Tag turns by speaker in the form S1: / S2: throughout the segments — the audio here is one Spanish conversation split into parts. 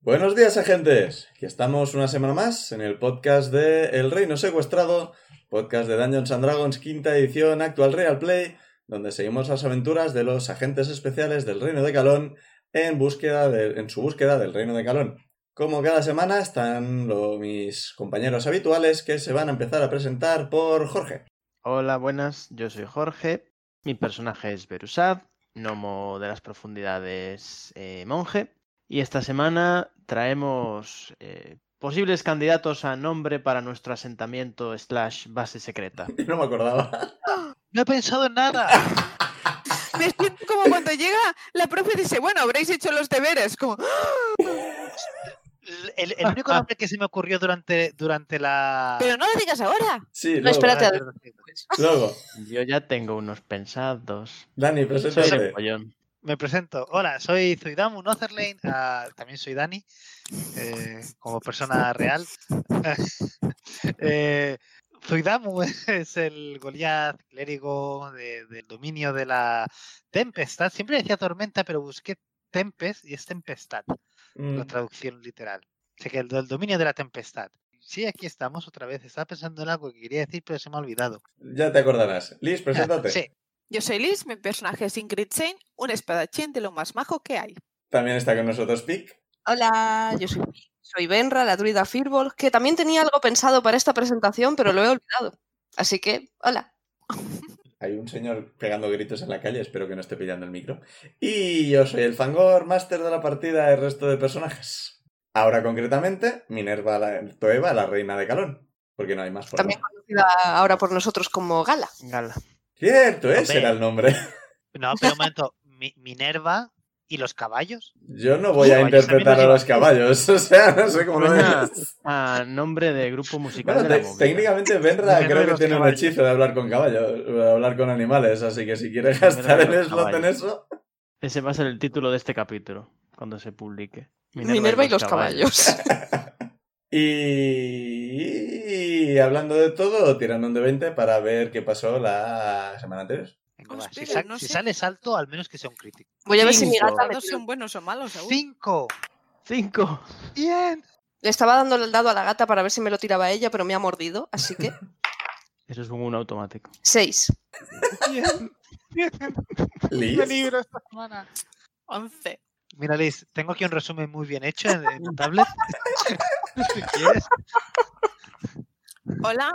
S1: Buenos días, agentes. Aquí estamos una semana más en el podcast de El Reino Secuestrado, podcast de Dungeons and Dragons, quinta edición, actual Real Play, donde seguimos las aventuras de los agentes especiales del Reino de Calón en, búsqueda de- en su búsqueda del Reino de Calón. Como cada semana están lo- mis compañeros habituales que se van a empezar a presentar por Jorge.
S2: Hola, buenas, yo soy Jorge. Mi personaje es Berusad, gnomo de las profundidades eh, monje. Y esta semana traemos eh, posibles candidatos a nombre para nuestro asentamiento slash base secreta.
S1: No me acordaba.
S3: No he pensado en nada.
S4: Me siento como cuando llega la profe y dice, bueno, habréis hecho los deberes. Como,
S5: Ah.
S3: L- El, el único nombre que se me ocurrió durante, durante la.
S4: pero no lo digas ahora.
S1: Sí, luego,
S5: No, espérate.
S1: luego.
S2: Yo ya tengo unos pensados.
S1: Dani,
S2: Soy
S1: preséntate.
S2: mogollón. un
S3: Me presento. Hola, soy Zuidamu Notherlane. ah, también soy Dani, eh, como persona real. eh, Zuidamu es el Goliath clérigo de- del dominio de la tempestad. Siempre decía tormenta, pero busqué tempest y es tempestad.
S1: Mm,
S3: la traducción literal. Así que el, del dominio de la tempestad. Sí, aquí estamos otra vez. Estaba pensando en algo que quería decir, pero se me ha olvidado.
S1: Ya te acordarás. Liz, preséntate.
S3: Sí,
S4: Yo soy Liz, mi personaje es Ingrid Shane, un espadachín de lo más majo que hay.
S1: También está con nosotros Pic.
S5: Hola, yo soy, soy Benra, la druida Firbolg, que también tenía algo pensado para esta presentación, pero lo he olvidado. Así que, hola.
S1: Hay un señor pegando gritos en la calle, espero que no esté pillando el micro. Y yo soy el Fangor, máster de la partida del resto de personajes. Ahora concretamente, Minerva la- Toeva, la reina de Calón. Porque no hay más forma.
S5: También conocida ahora por nosotros como Gala.
S2: Gala.
S1: Cierto, ese
S3: Hombre.
S1: era el nombre.
S3: no, pero un momento. Mi- Minerva y los caballos.
S1: Yo no voy a
S3: Caballos,
S1: interpretar a
S3: también
S1: los caballos, o sea, no sé cómo lo
S2: Suena
S1: ves.
S2: a nombre de grupo musical
S1: Bueno,
S2: de
S1: te-
S2: la movida.
S1: técnicamente Benra
S2: Benra
S1: creo
S2: de
S1: que
S2: los
S1: tiene un
S2: caballos.
S1: hechizo de hablar con caballos, de hablar con animales, así que si quieres
S2: Benra de
S1: gastar el
S2: los
S1: slot en
S2: caballos.
S1: eso,
S2: Ese va a ser el título de este capítulo, cuando se publique.
S5: Minerva y los caballos.
S1: Y, y hablando de todo, tiran un de 20 para ver qué pasó la semana anterior.
S3: Venga, va, si,
S4: Espera,
S3: sa-
S4: no
S3: si
S4: sé.
S3: sales alto, al menos que sea un crítico.
S5: Voy a ver si mi
S2: Cinco.
S5: gata me
S4: No son buenos o malos aún.
S3: ¡Cinco!
S2: Cinco.
S3: ¡Bien!
S5: Le estaba dando el dado a la gata para ver si me lo tiraba ella, pero me ha mordido, así que
S2: Eso es un uno automático.
S5: seis.
S3: ¡Bien! ¡Bien!
S1: Liz,
S3: Me libro esta semana!
S4: 11.
S3: Mira, Liz, tengo aquí un resumen muy bien hecho en, en tablet. si quieres.
S4: Hola,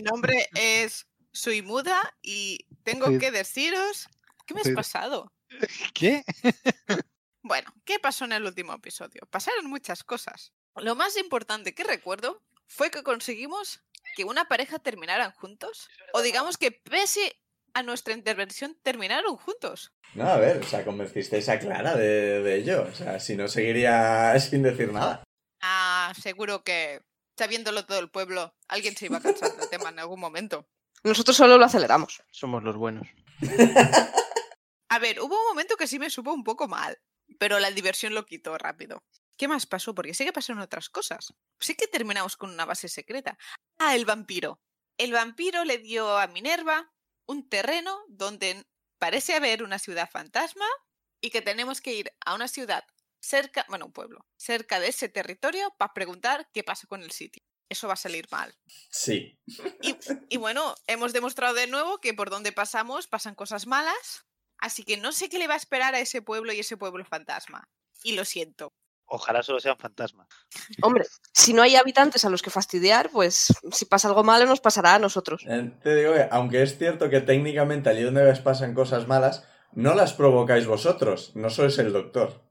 S4: nombre es Suimuda y tengo
S3: Sí.
S4: que deciros... ¿Qué me has
S3: Sí.
S4: pasado?
S3: ¿Qué?
S4: Bueno, ¿qué pasó en el último episodio? Pasaron muchas cosas. Lo más importante que recuerdo fue que conseguimos que una pareja terminaran juntos. O digamos que pese a nuestra intervención terminaron juntos.
S1: No, a ver, o sea, convencisteis a Clara de, de ello. O sea, si no, seguiría sin decir nada.
S4: Ah, seguro que sabiéndolo todo el pueblo, alguien se iba a cansar del tema en algún momento.
S5: Nosotros solo lo aceleramos.
S2: Somos los buenos.
S4: A ver, hubo un momento que sí me supo un poco mal, pero la diversión lo quitó rápido. ¿Qué más pasó? Porque sí que pasaron otras cosas. Sí que terminamos con una base secreta. Ah, el vampiro. El vampiro le dio a Minerva un terreno donde parece haber una ciudad fantasma y que tenemos que ir a una ciudad cerca, bueno, un pueblo, cerca de ese territorio para preguntar qué pasa con el sitio. Eso va a salir mal.
S1: Sí.
S4: Y bueno, hemos demostrado de nuevo que por donde pasamos pasan cosas malas, así que no sé qué le va a esperar a ese pueblo y ese pueblo fantasma. Y lo siento.
S3: Ojalá solo sean fantasmas.
S5: Hombre, si no hay habitantes a los que fastidiar, pues si pasa algo malo nos pasará a nosotros.
S1: Eh, Te digo que, aunque es cierto que técnicamente allí donde os pasan cosas malas, no las provocáis vosotros, no sois el doctor.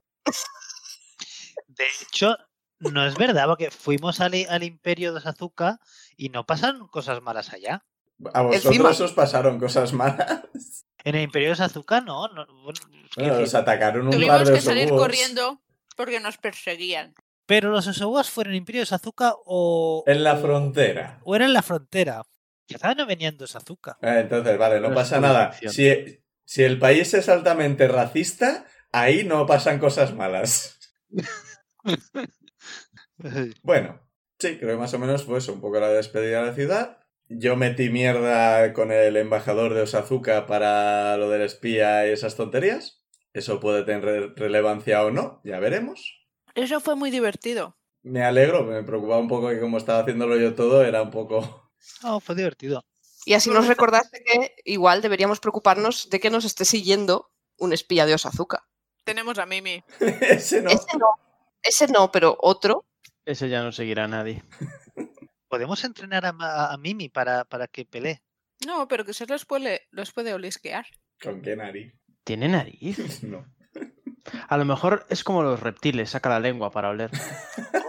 S3: De hecho, no es verdad, porque fuimos al, al Imperio de Azuka y no pasan cosas malas allá.
S1: A vosotros
S5: Encima-
S1: os pasaron cosas malas.
S3: En el Imperio de Sazuka, no. no bueno, quiero
S1: Bueno,
S3: decir,
S1: os atacaron un par
S4: Tuvimos
S1: de
S4: que salir
S1: osobuos.
S4: corriendo porque nos perseguían.
S3: Pero los Osowas fueron Imperio de Sazuka o.
S1: En la
S3: o-
S1: frontera.
S3: O era en la frontera. Quizás no venían de Sazuka.
S1: Ah, Entonces, vale, no
S2: Pero es
S1: pasa
S2: una
S1: nada.
S2: elección.
S1: Si, si el país es altamente racista, ahí no pasan cosas malas. Bueno, sí, creo que más o menos fue eso, un poco la despedida de la ciudad. Yo metí mierda con el embajador de Osazuka para lo del espía y esas tonterías. Eso puede tener relevancia o no, ya veremos.
S4: Eso fue muy divertido.
S1: Me alegro, me preocupaba un poco que como estaba haciéndolo yo todo, era un poco...
S3: No, fue divertido.
S5: Y así nos
S4: Correcto.
S5: recordaste que igual deberíamos preocuparnos de que nos esté siguiendo un espía de Osazuka.
S4: Tenemos a Mimi.
S1: Ese no.
S5: Ese no, ese no, pero otro.
S2: Ese ya no seguirá a nadie.
S3: Podemos entrenar a, Ma- a Mimi para, para que pelee.
S4: No, pero quizás los puede, los puede olisquear.
S1: ¿Con qué nariz?
S2: Tiene nariz.
S1: No.
S2: A lo mejor es como los reptiles, saca la lengua para oler.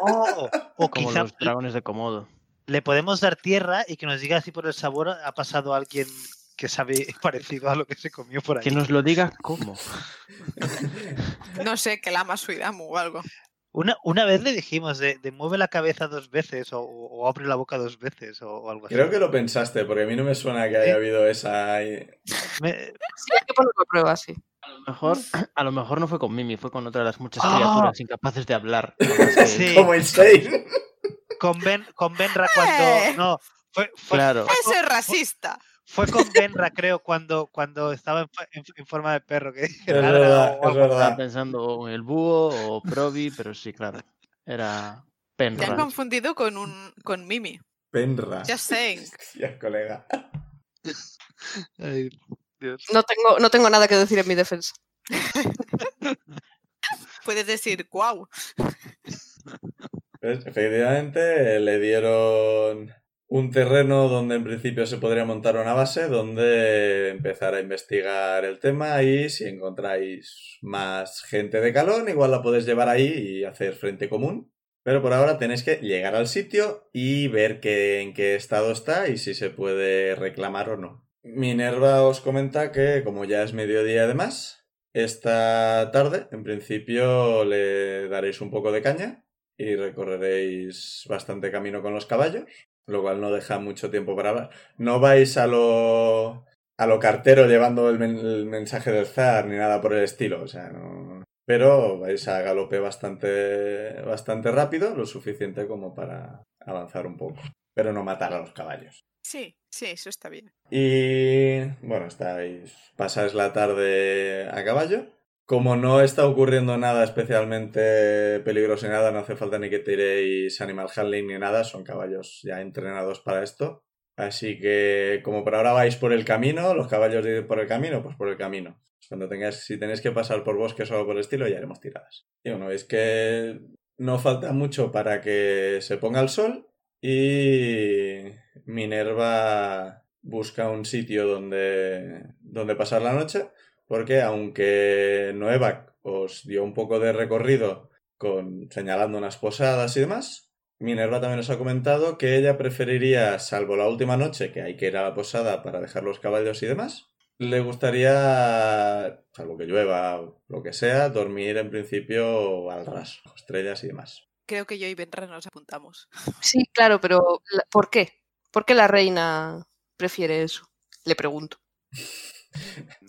S3: Oh,
S2: Como
S3: o quizá
S2: los dragones de Komodo.
S3: le podemos dar tierra y que nos diga si por el sabor ha pasado alguien que sabe parecido a lo que se comió por ahí.
S2: Que nos lo diga cómo.
S4: No sé, que lama Suidamu o algo.
S3: Una, una vez le dijimos de, de mueve la cabeza dos veces o, o abre la boca dos veces o, o algo así.
S1: Creo que lo pensaste, porque a mí no me suena que haya habido esa... eh,
S3: Me-
S5: Sí, hay que ponerlo a prueba, sí.
S2: A lo mejor, a lo mejor no fue con Mimi, fue con otra de las muchas
S3: ¡Ah!
S2: criaturas incapaces de hablar. con las que-
S3: Sí.
S1: Como insane.
S3: con, ben, con Benra
S4: ¡Eh!
S3: cuando... No, fue, fue-
S2: Claro.
S3: fue-
S4: Eso es racista.
S3: Fue con Benra, creo, cuando, cuando estaba en, fa- en- en forma de perro. Que
S1: Es verdad, es
S2: Estaba
S1: verdad.
S2: pensando o en el búho o Probi, pero sí, claro. Era
S4: Te han
S2: Penra.
S4: confundido con un con Mimi.
S1: Penra.
S4: Just saying.
S1: Hostia, colega.
S3: Ay, Dios.
S5: No tengo, no tengo nada que decir en mi defensa.
S4: Puedes decir, wow.
S1: Pues, efectivamente, eh, le dieron un terreno donde en principio se podría montar una base, donde empezar a investigar el tema y si encontráis más gente de calón, igual la podéis llevar ahí y hacer frente común. Pero por ahora tenéis que llegar al sitio y ver qué- en qué estado está y si se puede reclamar o no. Minerva os comenta que como ya es mediodía además, esta tarde en principio le daréis un poco de caña y recorreréis bastante camino con los caballos, lo cual no deja mucho tiempo para hablar. No vais a lo, a lo cartero llevando el, men- el mensaje del zar ni nada por el estilo, o sea, no- Pero vais a galope bastante, bastante rápido, lo suficiente como para avanzar un poco, pero no matar a los caballos.
S4: Sí, sí, eso está bien.
S1: Y bueno, estáis. Pasáis la tarde a caballo. Como no está ocurriendo nada especialmente peligroso ni nada, no hace falta ni que tiréis animal handling ni nada, son caballos ya entrenados para esto. Así que, como por ahora vais por el camino, los caballos de ir por el camino, pues por el camino. Cuando tengáis, si tenéis que pasar por bosques o algo por el estilo, ya haremos tiradas. Y bueno, veis que no falta mucho para que se ponga el sol y Minerva busca un sitio donde, donde pasar la noche, porque aunque Noevac os dio un poco de recorrido con, señalando unas posadas y demás, Minerva también os ha comentado que ella preferiría, salvo la última noche, que hay que ir a la posada para dejar los caballos y demás, le gustaría, salvo que llueva o lo que sea, dormir en principio al ras, bajo estrellas y demás.
S4: Creo que yo y Benra nos apuntamos.
S5: Sí, claro, pero la- ¿por qué? ¿Por qué la reina prefiere eso? Le pregunto.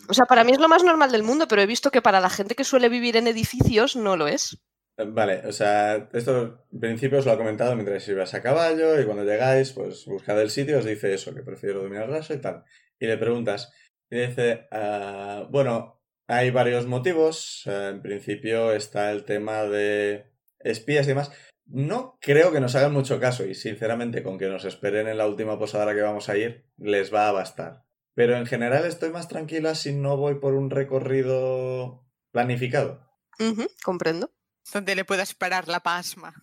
S5: O sea, para mí es lo más normal del mundo, pero he visto que para la gente que suele vivir en edificios no lo es.
S1: Vale, o sea, esto en principio os lo ha comentado mientras ibas a caballo y cuando llegáis, pues buscad el sitio, os dice eso, que prefiero dominar raso y tal. Y le preguntas, y dice, ah, bueno, hay varios motivos. eh, en principio está el tema de espías y demás. No creo que nos hagan mucho caso y sinceramente con que nos esperen en la última posada a la que vamos a ir, les va a bastar. Pero en general estoy más tranquila si no voy por un recorrido planificado.
S5: Ujú, comprendo.
S4: Donde le puedas parar la pasma.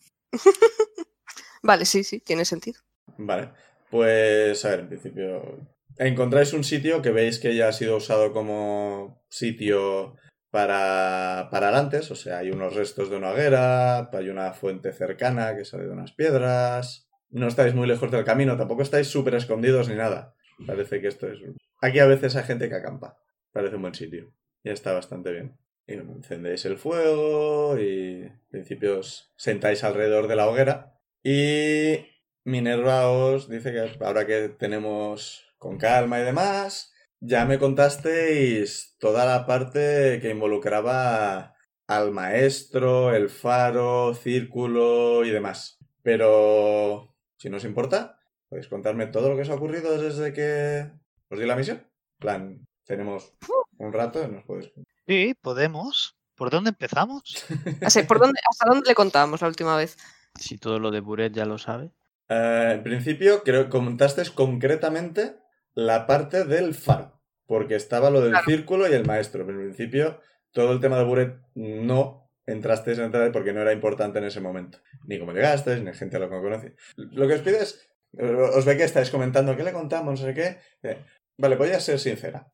S5: Vale, sí, sí, tiene sentido.
S1: Vale, pues a ver, en principio encontráis un sitio que veis que ya ha sido usado como sitio para parar antes, o sea, hay unos restos de una hoguera, hay una fuente cercana que sale de unas piedras, no estáis muy lejos del camino, tampoco estáis súper escondidos ni nada, Parece que esto es... un- Aquí a veces hay gente que acampa. Parece un buen sitio. Y está bastante bien. Y bueno, encendéis el fuego y en principio os sentáis alrededor de la hoguera. Y Minerva os dice que ahora que tenemos con calma y demás, ya me contasteis toda la parte que involucraba al maestro, el faro, círculo y demás. Pero, si no os importa, podéis contarme todo lo que os ha ocurrido desde que os di la misión. En plan, tenemos un rato, nos podéis
S3: Sí, podemos. ¿Por dónde empezamos?
S5: O sea, Ah, ¿por dónde, ¿Hasta dónde le contábamos la última vez?
S2: Si todo lo de Buret ya lo sabe.
S1: Eh, en principio, creo que comentaste concretamente la parte del faro, porque estaba lo del
S5: Claro.
S1: círculo y el maestro. Pero en principio, todo el tema de Buret no entrasteis en detalle porque no era importante en ese momento. Ni cómo llegasteis, ni gente a lo que conoce. Lo que os pido es, os ve que estáis comentando qué le contamos, no sé qué. Eh, Vale, voy a ser sincera.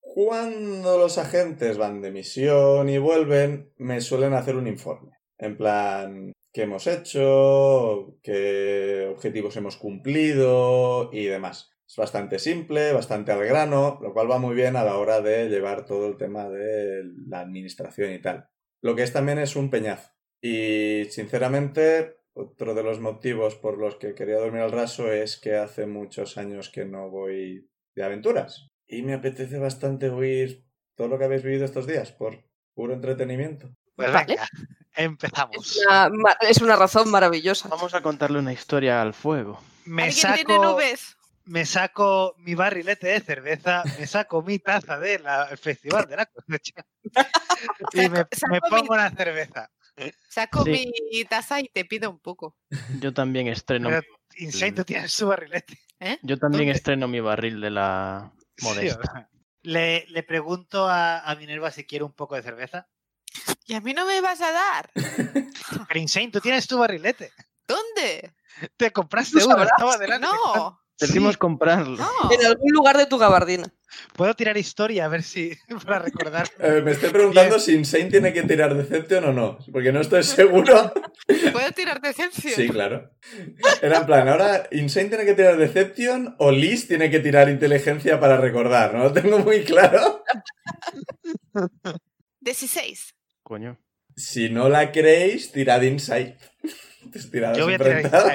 S1: Cuando los agentes van de misión y vuelven, me suelen hacer un informe. En plan, qué hemos hecho, qué objetivos hemos cumplido y demás. Es bastante simple, bastante al grano, lo cual va muy bien a la hora de llevar todo el tema de la administración y tal. Lo que es también es un peñazo. Y sinceramente, otro de los motivos por los que quería dormir al raso es que hace muchos años que no voy de aventuras. Y me apetece bastante oír todo lo que habéis vivido estos días por puro entretenimiento.
S3: Pues
S5: Vale.
S3: venga,
S5: Es
S3: empezamos.
S5: una, ma- es una razón maravillosa.
S2: Vamos a contarle una historia al fuego.
S3: Me
S4: ¿Alguien tiene
S3: saco,
S4: nubes?
S3: me saco mi barrilete de cerveza, me saco mi taza del Festival de la Cosecha y me,
S4: Saco-
S3: me
S4: saco mi-
S3: pongo una cerveza.
S4: Saco
S2: Sí.
S4: mi taza y te pido un poco.
S2: Yo también estreno,
S3: Pero- Insane, tú tienes su barrilete.
S2: yo también
S4: ¿dónde?
S2: estreno mi barril de la
S3: Sí, o
S2: modesta.
S3: sea, le, le pregunto a, a Minerva si quiere un poco de cerveza.
S4: ¿Y a mí no me vas a dar?
S3: Pero Insane, tú tienes tu barrilete.
S4: ¿Dónde?
S3: Te compraste uno,
S5: sabrás
S3: estaba delante.
S4: No,
S2: Decimos comprarlo.
S4: no.
S5: En algún lugar de tu gabardina.
S3: Puedo tirar historia a ver si para recordar.
S1: Eh, me estoy preguntando si Insane tiene que tirar Deception o no, porque no estoy seguro.
S4: ¿Puedo tirar decepción?
S1: Sí, claro. Era en plan, ahora Insane tiene que tirar Deception o Liz tiene que tirar Inteligencia para recordar, no lo tengo muy claro.
S4: 16.
S2: Coño.
S1: Si no la creéis, tirad Insight. Tus tiradas
S3: Yo voy a tirar
S1: enfrentadas.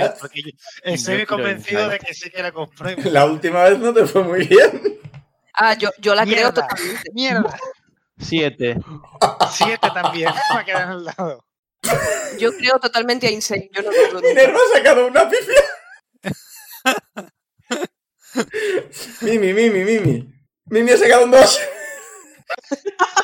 S3: Insane porque yo estoy
S2: Yo
S3: muy
S2: tiro
S3: convencido de
S2: Insane.
S3: que sí que la compró. y-
S1: La última vez no te fue muy bien.
S5: Ah, yo, yo la creo
S3: Mierda.
S5: totalmente.
S3: Mierda,
S2: Siete.
S3: siete también, para quedar al lado.
S5: Yo creo totalmente a Insane. Yo no dudo nunca.
S1: Minerva ha sacado una pifia. Mimi, Mimi, Mimi. Mimi ha sacado un 2.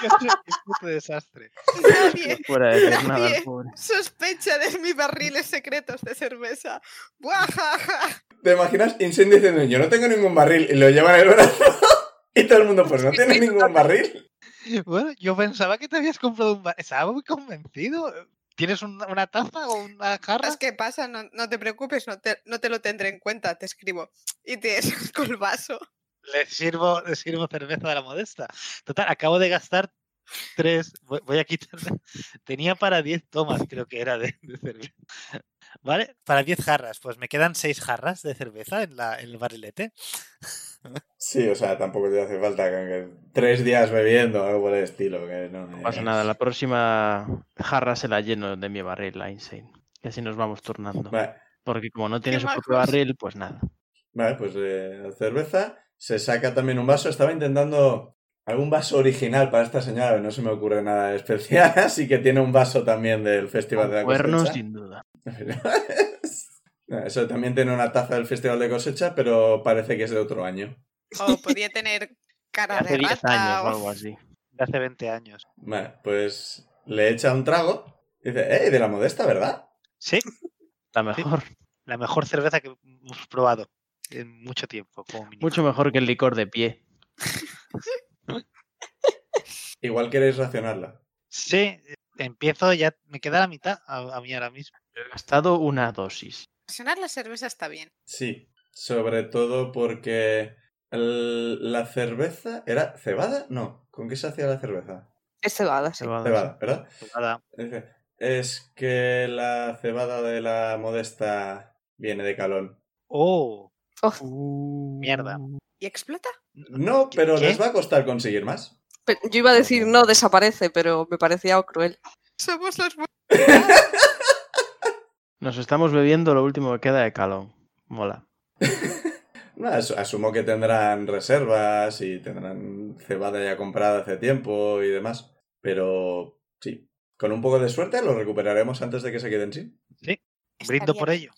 S3: Yo soy un puto desastre.
S4: Nadie
S2: Fuera de decir nada,
S4: Nadie.
S2: el pobre.
S4: sospecha de mis barriles secretos de cerveza. Buajaja.
S1: ¿Te imaginas Insane diciendo, yo no tengo ningún barril? Y lo llevan en el brazo. Y todo el mundo, pues no tiene ningún barril.
S3: Bueno, yo pensaba que te habías comprado un bar. Estaba muy convencido. ¿Tienes un- una taza o una jarra?
S4: Es que pasa, no, no te preocupes, no te, no te lo tendré en cuenta, te escribo. Y te saco el vaso.
S3: Le sirvo, le sirvo cerveza de la modesta. Total, acabo de gastar tres. Voy, voy a quitarla. Tenía para 10 tomas, creo que era de, de cerveza. ¿Vale? Para 10 jarras. Pues me quedan 6 jarras de cerveza en, la, en el barrilete.
S1: Sí, o sea, tampoco te hace falta que- que tres días bebiendo, algo por el estilo. Que no,
S2: No
S1: eh.
S2: pasa nada, la próxima jarra se la lleno de mi barril, la Insane. Y así nos vamos turnando.
S1: Vale,
S2: Porque como no tiene su propio
S4: majos.
S2: barril, pues nada.
S1: vale, pues eh, cerveza. Se saca también un vaso. Estaba intentando algún vaso original para esta señora, pero no se me ocurre nada especial. Así que tiene un vaso también del Festival de la
S2: Con cuernos,
S1: Cosecha.
S2: sin duda.
S1: No, Eso también tiene una taza del Festival de Cosecha, pero parece que es de otro año.
S4: O podía tener cara
S2: Hace
S4: de
S2: 10
S4: rata.
S2: años o
S4: o-
S2: algo así.
S3: De hace 20 años.
S1: Vale, pues le echa un trago. Dice, ¡eh! De la modesta, ¿verdad?
S3: Sí,
S2: La mejor.
S3: la mejor cerveza que hemos probado en mucho tiempo. Como mínimo.
S2: Mucho mejor que el licor de pie.
S1: Igual queréis racionarla.
S3: Sí, eh, empiezo ya. Me queda la mitad a, a mí ahora mismo.
S2: He gastado una dosis.
S4: Sonar la cerveza está bien.
S1: Sí. Sobre todo porque el- la cerveza. ¿Era cebada? No. ¿Con qué se hacía la cerveza?
S5: Es cebada, sí.
S2: Cebada,
S1: Cebada, ¿verdad?
S3: Nada,
S1: Dice, es que la cebada de la modesta viene de calón.
S3: Oh,
S2: Uh,
S3: Mierda.
S4: ¿Y explota?
S1: No, pero
S3: ¿Qué?
S1: les va a costar conseguir más.
S5: Pe- Yo iba a decir no, desaparece, pero me parecía cruel.
S4: Somos los bu-
S2: Nos estamos bebiendo lo último que queda de Calón. Mola.
S1: No, as- asumo que tendrán reservas y tendrán cebada ya comprada hace tiempo y demás. Pero sí, con un poco de suerte lo recuperaremos antes de que se queden sin.
S3: Brindo por ello.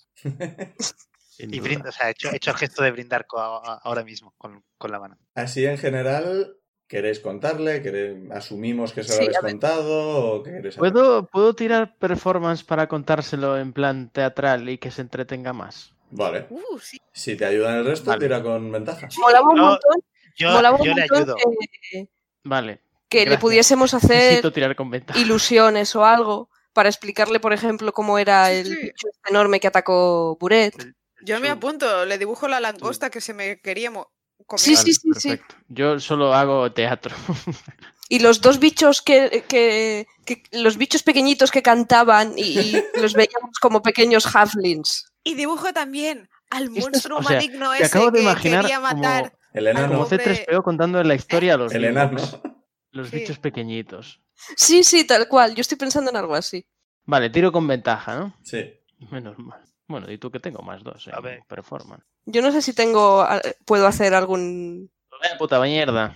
S2: sin
S3: Y
S2: duda.
S3: brindo, o sea, he hecho, he hecho el gesto de brindar co- a- ahora mismo con, con la mano.
S1: Así en general, ¿queréis contarle? ¿Quere- ¿Asumimos que se lo
S5: Sí,
S1: habéis
S5: a ver.
S1: contado? ¿O qué queréis hacer?
S2: ¿Puedo, ¿Puedo tirar performance para contárselo en plan teatral y que se entretenga más?
S1: Vale.
S4: Uh, sí.
S1: Si te ayudan el resto,
S3: Vale.
S1: tira con ventaja.
S5: Molaba un
S3: No,
S5: montón,
S3: Yo,
S5: molaba un
S3: yo le
S5: montón
S3: ayudo.
S5: que,
S2: Vale.
S5: que le
S2: gracias.
S5: pudiésemos hacer
S2: Necesito tirar con ventaja.
S5: ilusiones o algo para explicarle, por ejemplo, cómo era
S4: Sí,
S5: el
S4: sí.
S5: bicho este enorme que atacó Buret.
S4: Yo me
S2: Su-
S4: apunto, le dibujo la langosta que se me quería mo- comer.
S5: Sí, sí, sí, sí.
S2: perfecto. Yo solo hago teatro.
S5: Y los dos bichos que, que- que- los bichos pequeñitos que cantaban y, y los veíamos como pequeños halflings.
S4: Y dibujo también al
S2: Esto es-
S4: monstruo
S2: o sea,
S4: maligno
S2: te
S4: ese
S2: acabo de
S4: que
S2: imaginar
S4: quería
S2: como-
S4: matar.
S1: El enano.
S4: Ah,
S2: Como
S4: hombre.
S2: C3PO contando la historia a los,
S1: El enano.
S2: bichos- los
S4: Sí.
S2: bichos pequeñitos.
S5: Sí, sí, tal cual. Yo estoy pensando en algo así.
S2: Vale, tiro con ventaja, ¿no?
S1: Sí.
S2: Menos mal. Bueno, y tú que tengo más dos.
S3: A ver.
S2: en Performance.
S5: Yo no sé si tengo a- puedo hacer algún
S2: Vaya puta mierda.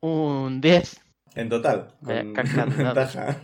S2: Un 10.
S1: En total.
S2: Vaya
S1: Con
S2: caca, nada.
S1: ventaja.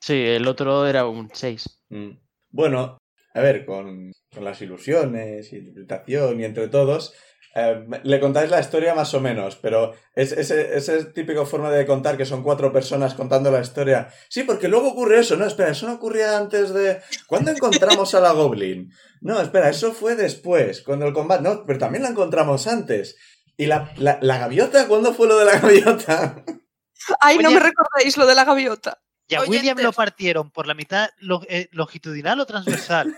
S2: Sí, el otro era un 6.
S1: Mm. Bueno, a ver, con, con las ilusiones, interpretación y entre todos, eh, le contáis la historia más o menos, pero es ese es típico forma de contar que son cuatro personas contando la historia. Sí, porque luego ocurre eso, no, espera, eso no ocurría antes de... ¿Cuándo encontramos a la Goblin? No, espera, eso fue después, cuando el combate... No, pero también la encontramos antes. ¿Y la, la- la gaviota? ¿Cuándo fue lo de la gaviota?
S5: Ay, no
S3: Oye.
S5: me recordáis lo de la gaviota.
S3: Y a
S4: Oye,
S3: William
S4: Esther.
S3: lo partieron por la mitad lo- eh, longitudinal o transversal.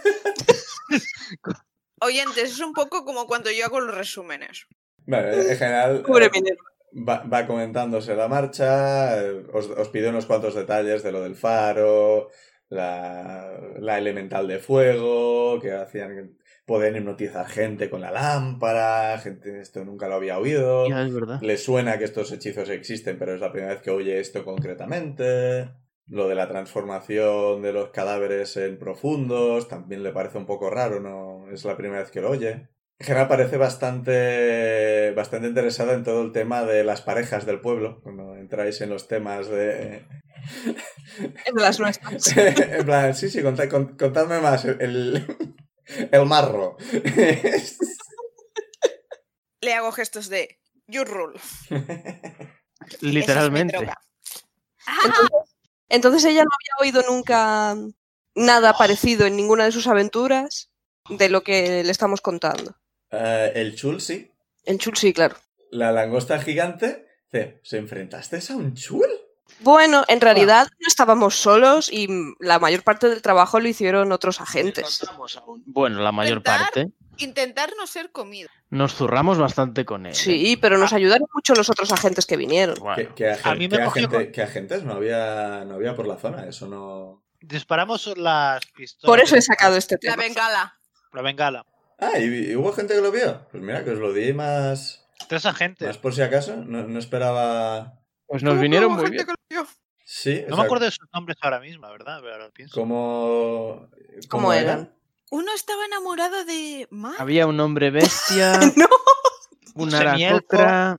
S4: Oyentes, es un poco como cuando yo hago los resúmenes.
S1: Bueno, en general... eh,
S5: Pobre Minerva.
S1: va, va comentándose la marcha, eh, os, os pide unos cuantos detalles de lo del faro, la, la elemental de fuego, que hacían que podían hipnotizar gente con la lámpara, gente, esto nunca lo había oído.
S2: Ya es verdad.
S1: Le suena que estos hechizos existen, pero es la primera vez que oye esto concretamente. Lo de la transformación de los cadáveres en profundos también le parece un poco raro, ¿no? Es la primera vez que lo oye. En general parece bastante, bastante interesada en todo el tema de las parejas del pueblo, cuando entráis en los temas de...
S5: Es de las nuestras.
S1: en plan, sí, sí, contad- cont- contadme más, el, el marro.
S4: Le hago gestos de You rule. Esa es mi
S2: Literalmente.
S4: droga.
S5: Entonces, entonces ella no había oído nunca nada parecido en ninguna de sus aventuras de lo que le estamos contando.
S1: Eh, el chul, sí,
S5: En Chul sí, claro.
S1: la langosta gigante, dice, ¿se enfrentaste a un chul?
S5: Bueno, en realidad no estábamos solos y mm, la mayor parte del trabajo lo hicieron otros agentes.
S2: Encontramos a un- Bueno, la mayor
S4: Intentar.
S2: parte.
S4: Intentar no ser comido.
S2: Nos zurramos bastante con él. ¿eh?
S5: Sí, pero nos ayudaron mucho los otros agentes que vinieron.
S1: ¿Qué,
S2: Bueno,
S1: qué agen-
S3: A mí me
S1: qué
S3: cogió
S1: agente- qué agentes? No había, no había por la zona, eso no...
S3: Disparamos las pistolas.
S5: Por eso he sacado este
S4: La
S5: tema.
S4: bengala.
S3: La bengala.
S1: Ah, ¿y, y hubo gente que lo vio? Pues mira, que os lo di más,
S3: Tres agentes.
S1: más por si acaso, no, no esperaba...
S2: pues
S4: ¿Cómo
S2: nos
S4: que
S2: vinieron
S4: hubo
S2: muy
S4: gente
S2: bien.
S4: que lo vio?
S1: Sí, o
S3: No me
S1: sea,
S3: acuerdo de sus nombres ahora mismo, la verdad, pero ahora lo pienso.
S1: ¿Cómo, cómo,
S5: ¿Cómo eran?
S4: Uno estaba enamorado de Mar.
S2: Había un hombre bestia,
S5: No,
S2: un
S3: José Mielco.
S2: aracotra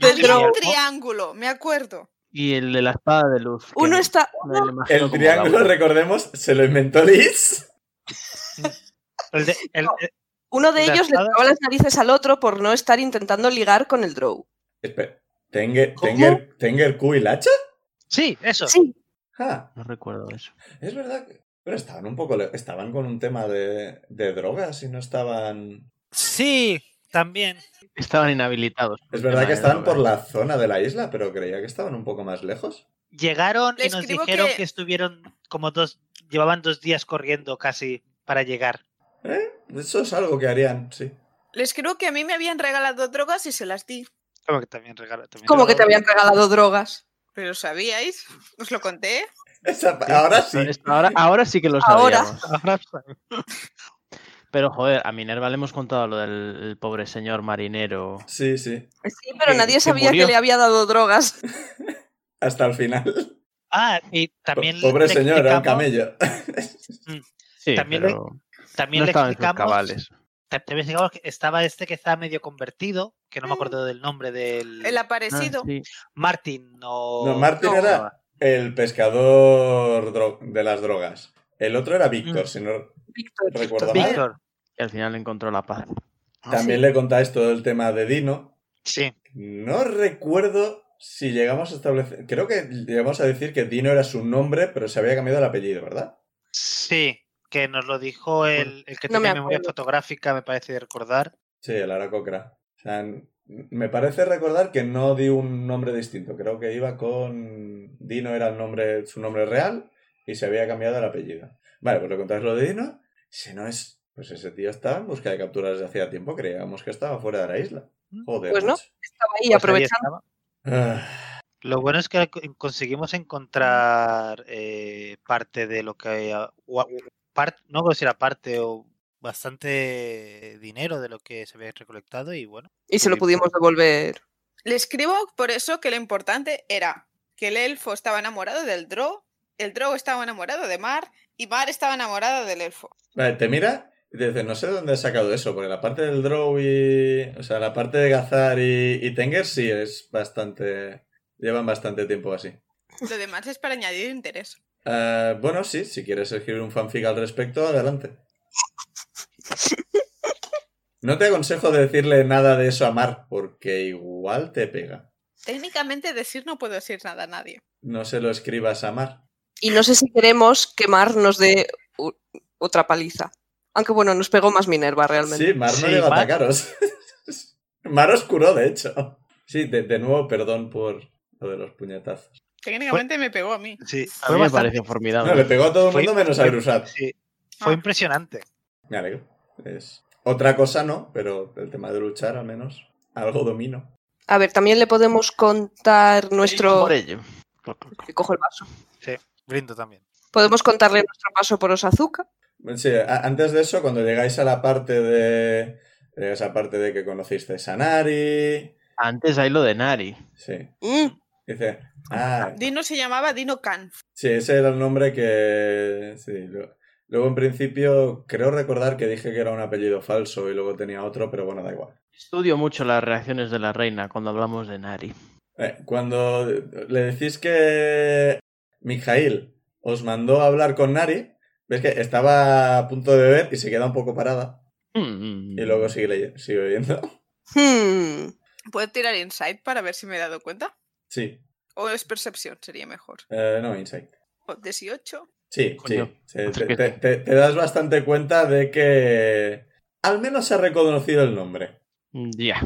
S3: Yo
S4: Había
S3: tenía
S4: un
S2: Oh.
S3: el-
S4: triángulo, me acuerdo.
S2: y el de la espada de luz. que
S5: uno
S2: me-
S5: está.
S2: me lo imagino
S1: El
S2: como
S1: triángulo,
S2: Laura.
S1: recordemos, se lo inventó Liz.
S3: el de- el-
S5: No.
S3: el-
S5: Uno de
S3: La
S5: ellos le
S3: espada-
S5: tocaba las narices al otro por no estar intentando ligar con el Drow.
S1: Espera, ¿Tenger,
S3: ¿Cómo?
S1: Tenger, Tenger Q y Lacha?
S3: Sí, eso.
S5: Sí,
S1: Ah,
S2: No recuerdo eso.
S1: es verdad que... Pero estaban un poco... le- Estaban con un tema de, de drogas y no estaban...
S6: Sí, también.
S2: Estaban inhabilitados.
S1: Es verdad
S2: Vale,
S1: que estaban por
S2: vale.
S1: la zona de la isla, pero creía que estaban un poco más lejos.
S3: Llegaron
S4: Le
S3: y nos
S4: escribo
S3: dijeron
S4: que-
S3: que... estuvieron como dos, llevaban dos días corriendo casi para llegar.
S1: Eso es algo que harían, sí.
S4: Les creo que a mí me habían regalado drogas y se las di.
S3: Como que también regalaron. También
S5: como que te
S3: regalaron.
S5: habían regalado drogas.
S4: ¿Pero sabíais? ¿Os lo conté?
S1: Esa- ahora sí.
S2: Esto Ahora, ahora sí que lo
S5: Ahora.
S2: sabíamos.
S3: Ahora,
S2: Pero joder, a Minerva le hemos contado lo del el pobre señor marinero.
S1: Sí, sí.
S5: Sí, pero
S2: Eh,
S5: nadie
S2: se
S5: sabía
S2: murió.
S5: que le había dado drogas.
S1: Hasta el final.
S3: Ah, y también.
S1: Pobre
S3: le
S1: señor, era un
S3: explicamos-
S1: camello.
S2: Sí,
S3: También
S2: pero
S3: También
S2: no
S3: le
S2: estaba en sus
S3: explicamos-
S2: cabales.
S3: ta- También explicamos que estaba este que estaba medio convertido, que no me acuerdo del nombre del.
S5: Eh,
S4: El
S2: Ah,
S4: aparecido.
S2: sí.
S3: Martin o.
S1: No, Martin
S4: No.
S1: era el pescador dro- de las drogas. El otro era Víctor,
S3: Mm.
S1: si no
S5: Víctor.
S1: recuerdo mal.
S3: Víctor.
S2: Y al final encontró la paz.
S1: También le contáis todo el tema de Dino.
S3: Sí.
S1: No recuerdo si llegamos a establecer. Creo que llegamos a decir que Dino era su nombre, pero se había cambiado el apellido, ¿verdad?
S3: Sí. Que nos lo dijo el, el que
S5: No me
S3: tiene memoria
S5: acuerdo.
S3: fotográfica, me parece de recordar.
S1: Sí, el Aracocra. O sea, n- me parece recordar que no di un nombre distinto. Creo que iba con. Dino era el nombre, su nombre real y se había cambiado el apellido. Vale, pues le contáis lo de Dino. Si no es. Pues ese tío estaba en busca de capturas desde hacía tiempo. Creíamos que estaba fuera de la isla. Joder.
S5: Pues no.
S1: macho.
S5: Estaba ahí
S3: Pues ahí
S5: aprovechando.
S3: estaba.
S1: Ah,
S3: Lo bueno es que co- conseguimos encontrar eh, parte de lo que. ah, o- o- par- no creo si era parte o bastante dinero de lo que se había recolectado y bueno.
S5: Y se lo pudimos devolver.
S4: Le escribo por eso que lo importante era que el elfo estaba enamorado del Drow, el Drow estaba enamorado de Mar y Mar estaba enamorada del elfo.
S1: Vale, te mira y te dice: No sé dónde has sacado eso, porque la parte del draw y. O sea, la parte de Gazar y, y Tenger sí es bastante. Llevan bastante tiempo así.
S4: Lo demás es para añadir interés.
S1: Eh, bueno, sí, si quieres escribir un fanfic al respecto, adelante. No te aconsejo de decirle nada de eso a Mar, porque igual te pega.
S4: Técnicamente decir no puedo decir nada a nadie.
S1: No se lo escribas a Mar.
S5: Y no sé si queremos quemarnos de otra paliza. Aunque bueno, nos pegó más Minerva realmente.
S1: Sí, Mar no
S3: Sí,
S1: le va a
S3: Mar-
S1: atacaros. Mar os curó, de hecho. Sí, de, de nuevo, perdón por lo de los puñetazos.
S4: Técnicamente me pegó a mí.
S3: Sí,
S2: A mí me pareció formidable.
S1: No, le pegó a todo el
S3: Fue-
S1: mundo menos a
S3: fue-
S1: Grusat.
S3: sí, fue
S4: Ah.
S3: impresionante.
S1: Me alegro. Es... Otra cosa no, pero el tema de luchar al menos algo domino.
S5: A ver, también le podemos contar nuestro.
S2: Por ello.
S5: Que cojo el vaso.
S3: Brindo también.
S5: Podemos contarle nuestro paso por Osazuka.
S1: Sí, a- antes de eso, cuando llegáis a la parte de. llegáis a esa parte de que conocisteis a Nari.
S2: Antes hay lo de Nari.
S1: Sí.
S5: Mm,
S1: Dice. Ah,
S4: Dino se llamaba Dino Khan.
S1: sí, ese era el nombre que. Sí. lo- Luego, en principio, creo recordar que dije que era un apellido falso y luego tenía otro, pero bueno, da igual.
S2: Estudio mucho las reacciones de la reina cuando hablamos de Nari.
S1: Eh, cuando le decís que. Mijail os mandó a hablar con Nari, ves que estaba a punto de beber y se queda un poco parada.
S2: Mm,
S1: Y luego sigue, leye- sigue bebiendo.
S5: hmm.
S4: ¿Puedo tirar insight para ver si me he dado cuenta?
S1: Sí.
S4: O es percepción, sería mejor.
S1: Eh, no, insight.
S4: O 18.
S1: Sí,
S2: Coño,
S1: sí. Se- te,
S2: acérquete.
S1: te- te- te das bastante cuenta de que al menos se ha reconocido el nombre.
S2: mm, Ya.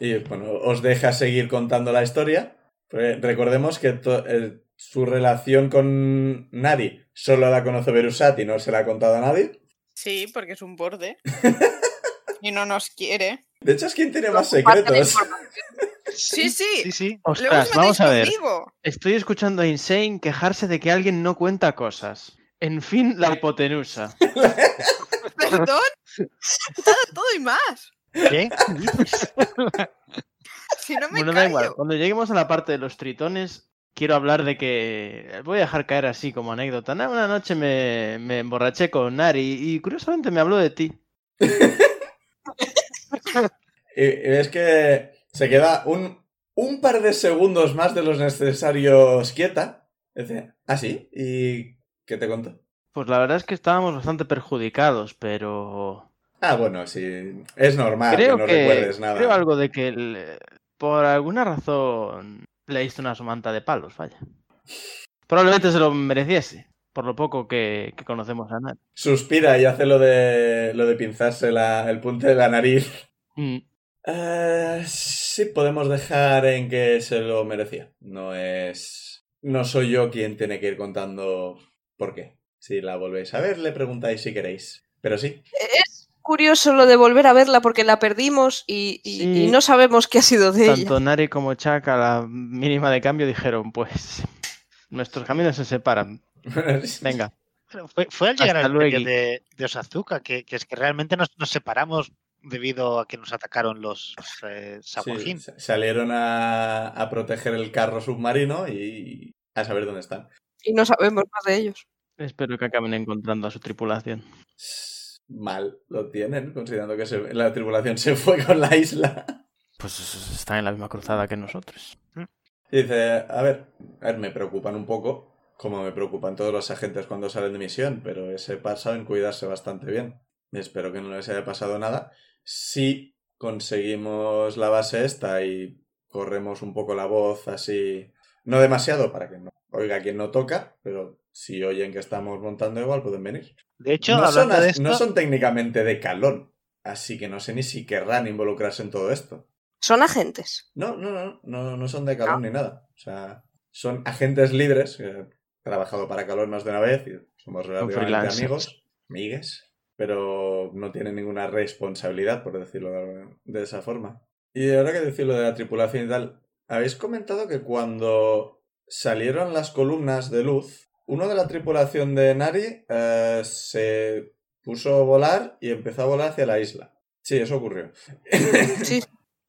S1: Y bueno, os deja seguir contando la historia. Re- Recordemos que to- eh, su relación con Nari solo la conoce Berusat y no se la ha contado a nadie.
S4: Sí, porque es un borde. y no nos quiere.
S1: De hecho, es quien tiene más
S5: Comparte la
S1: secretos.
S5: información.
S4: Sí, sí.
S3: Sí, sí.
S4: Luego os
S2: Ostras,
S4: metéis
S2: vamos a ver.
S4: conmigo.
S2: Estoy escuchando a Insane quejarse de que alguien no cuenta cosas. En fin, la hipotenusa.
S4: Perdón. He dado todo y más.
S3: ¿Qué? pues,
S4: Si no me
S2: Bueno, da
S4: callo.
S2: igual. Cuando lleguemos a la parte de los tritones, quiero hablar de que. Voy a dejar caer así como anécdota. Na- Una noche me, me emborraché con Nari y curiosamente me habló de ti.
S1: Y, y es que se queda un, un par de segundos más de los necesarios quieta. Dice, ah, sí, ¿y qué te contó?
S2: Pues la verdad es que estábamos bastante perjudicados, pero.
S1: Ah, bueno, sí. Es normal
S2: creo
S1: que no
S2: que
S1: recuerdes nada.
S2: creo algo de que el- por alguna razón le hice una somanta de palos, vaya. Probablemente se lo mereciese, por lo poco que, que conocemos a Nat.
S1: Suspira y hace lo de, lo de pinzarse la- el punto de la nariz.
S2: Mm,
S1: Eh, sí, podemos dejar en que se lo merecía. No es. No soy yo quien tiene que ir contando por qué. Si la volvéis a ver, le preguntáis si queréis. Pero sí,
S5: Es curioso lo de volver a verla porque la perdimos y, y-
S2: Sí.
S5: y no sabemos qué ha sido de ella.
S2: Tanto Nari como Chuck a la mínima de cambio dijeron, pues nuestros caminos se separan. Venga,
S3: Pero Fue, fue al llegar
S2: Hasta
S3: al
S2: luego.
S3: imperio de, de Osazuka, que, que es que realmente nos, nos separamos debido a que nos atacaron los eh, Sabuajin.
S1: Sí, sa- salieron a, a proteger el carro submarino y a saber dónde están.
S5: Y no sabemos más de ellos.
S2: Espero que acaben encontrando a su tripulación.
S1: Mal lo tienen, considerando que se- la tripulación se fue con la isla.
S2: Pues están en la misma cruzada que nosotros.
S1: Y dice, a ver, a ver, me preocupan un poco, como me preocupan todos los agentes cuando salen de misión, pero ese pasado en cuidarse bastante bien. Espero que no les haya pasado nada. Si conseguimos la base esta y corremos un poco la voz así, no demasiado para que no oiga quien no toca, pero si oyen que estamos montando igual pueden venir.
S3: De hecho,
S1: no, son,
S3: hablando de
S1: as-
S3: esto,
S1: no son técnicamente de calón, así que no sé ni si querrán involucrarse en todo esto.
S5: Son agentes.
S1: No, no, no, no, no son de Calón ni nada. O sea, son agentes libres. que He trabajado para Calón más de una vez y somos relativamente
S2: freelancers.
S1: amigos, amigues, pero no tienen ninguna responsabilidad, por decirlo de- de esa forma. Y ahora que decir lo de la tripulación y tal, habéis comentado que cuando salieron las columnas de luz, uno de la tripulación de Nari eh, se puso a volar y empezó a volar hacia la isla. Sí, eso ocurrió.
S5: Sí,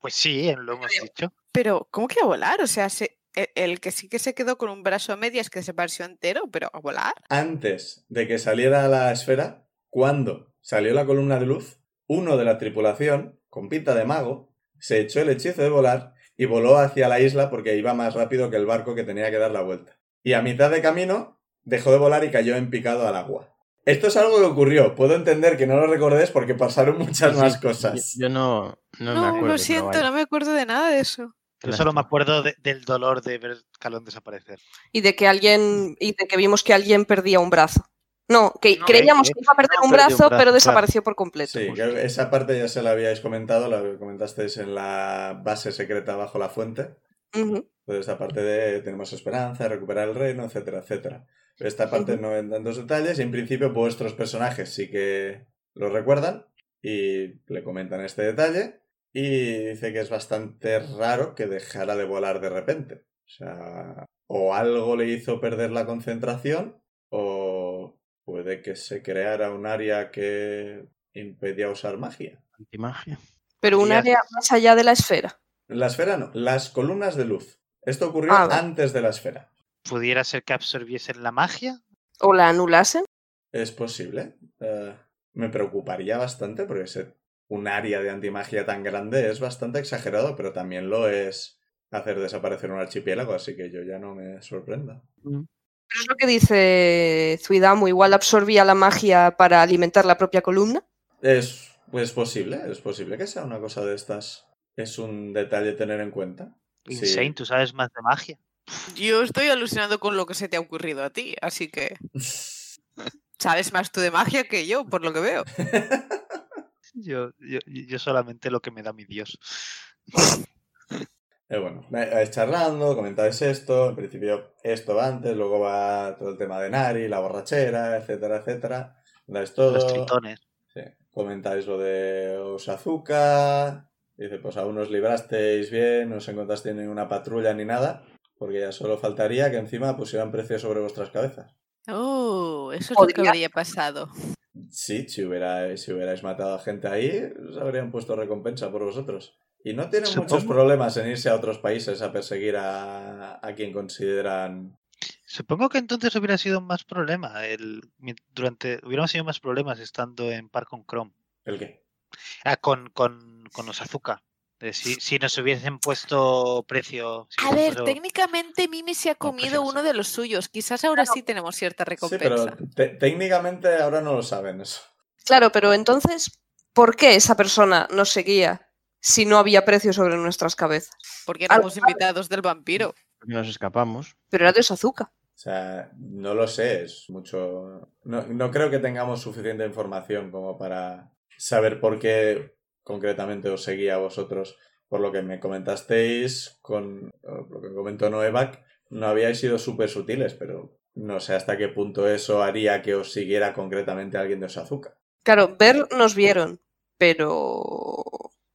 S3: pues sí, lo hemos dicho.
S4: Pero, ¿cómo que a volar? O sea, se- e- el, que sí que se quedó con un brazo a medias que se partió entero, pero a volar.
S1: antes de que saliera la esfera, cuando salió la columna de luz, uno de la tripulación, con pinta de mago, se echó el hechizo de volar y voló hacia la isla porque iba más rápido que el barco que tenía que dar la vuelta. Y a mitad de camino dejó de volar y cayó en picado al agua. Esto es algo que ocurrió. Puedo entender que no lo recordéis porque pasaron muchas
S2: Sí,
S1: más
S2: Yo,
S1: cosas.
S2: yo no, no, me
S4: No,
S2: acuerdo.
S4: lo
S2: pero
S4: siento,
S2: vaya,
S4: no me acuerdo de nada de eso.
S2: qué
S3: Yo solo me
S2: lástima.
S3: acuerdo de- del dolor de ver Calón desaparecer.
S5: y de que alguien y de que vimos que alguien perdía un brazo. No, que
S3: No,
S5: creíamos
S3: eh,
S5: que iba a perder
S2: no
S5: un
S2: perdió un
S5: brazo,
S2: brazo,
S5: pero
S2: claro.
S5: desapareció por completo.
S1: Sí,
S2: justo.
S1: que esa parte ya se la habíais comentado, la comentasteis en la base secreta bajo la fuente.
S5: Ujú.
S1: Entonces, esta parte de tenemos esperanza, recuperar el reino, etcétera, etcétera. Pero esta parte no en tantos detalles y en principio vuestros personajes sí que lo recuerdan y le comentan este detalle y dice que es bastante raro que dejara de volar de repente. O sea, o algo le hizo perder la concentración o puede que se creara un área que impedía usar magia.
S2: Antimagia.
S5: Pero un
S3: Ya.
S5: área más allá de la esfera.
S1: La esfera no, las columnas de luz. Esto ocurrió
S5: Ah, vale.
S1: antes de la esfera.
S3: ¿Pudiera ser que absorbiesen la magia?
S5: O la anulasen.
S1: Es posible. Eh, me preocuparía bastante porque ser un área de antimagia tan grande es bastante exagerado, pero también lo es hacer desaparecer un archipiélago, así que yo ya no me sorprenda.
S5: Pero es lo que dice Zuidamo, igual absorbía la magia para alimentar la propia columna.
S1: Es, es posible, es posible que sea una cosa de estas. Es un detalle a tener en cuenta. Sí.
S3: Insane, tú sabes más de magia.
S4: Yo estoy alucinando con lo que se te ha ocurrido a ti, así que sabes más tú de magia que yo, por lo que veo.
S3: Yo, yo, yo solamente lo que me da mi dios.
S1: Eh, bueno, vais charlando, comentáis esto, en principio esto va antes, luego va todo el tema de Nari, la borrachera, etcétera, etcétera. Dais
S3: Los
S1: todo.
S3: tritones.
S1: Sí. Comentáis lo de Osazuka. Dice, pues aún os librasteis bien, no os encontrasteis ninguna patrulla ni nada, porque ya solo faltaría que encima pusieran precio sobre vuestras cabezas.
S4: Oh, eso es lo que
S5: Podría-
S4: habría pasado.
S1: Sí, si, hubiera, si hubierais matado a gente ahí, os habrían puesto recompensa por vosotros. Y no tienen muchos
S3: Supongo.
S1: problemas en irse a otros países a perseguir a, a quien consideran...
S3: Supongo que entonces hubiera sido más problema. El, mi- durante, hubieran sido más problemas estando en par con Chrome.
S1: ¿El qué?
S3: Ah, con, con, con los azúcar. Si, si nos hubiesen puesto precio. si
S4: A
S3: hubiésemos
S4: ver,
S3: puesto-
S4: técnicamente Mimi se ha
S3: pues
S4: comido
S3: sí.
S4: uno de los suyos. Quizás ahora
S5: Claro.
S4: sí tenemos cierta
S1: Sí, pero
S4: recompensa.
S1: te- técnicamente ahora no lo saben eso.
S5: Claro, pero entonces, ¿por qué esa persona nos seguía si no había precio sobre nuestras cabezas?
S4: Porque
S5: Algo
S4: éramos invitados del vampiro.
S2: Porque nos escapamos.
S5: Pero era de Osazuka.
S1: O sea, no lo sé, es mucho. No, no creo que tengamos suficiente información como para saber por qué concretamente os seguía a vosotros. Por lo que me comentasteis, con o lo que comentó Noevac, no habíais sido súper sutiles, pero no sé hasta qué punto eso haría que os siguiera concretamente alguien de Osazuka.
S5: Claro, ver nos vieron, pero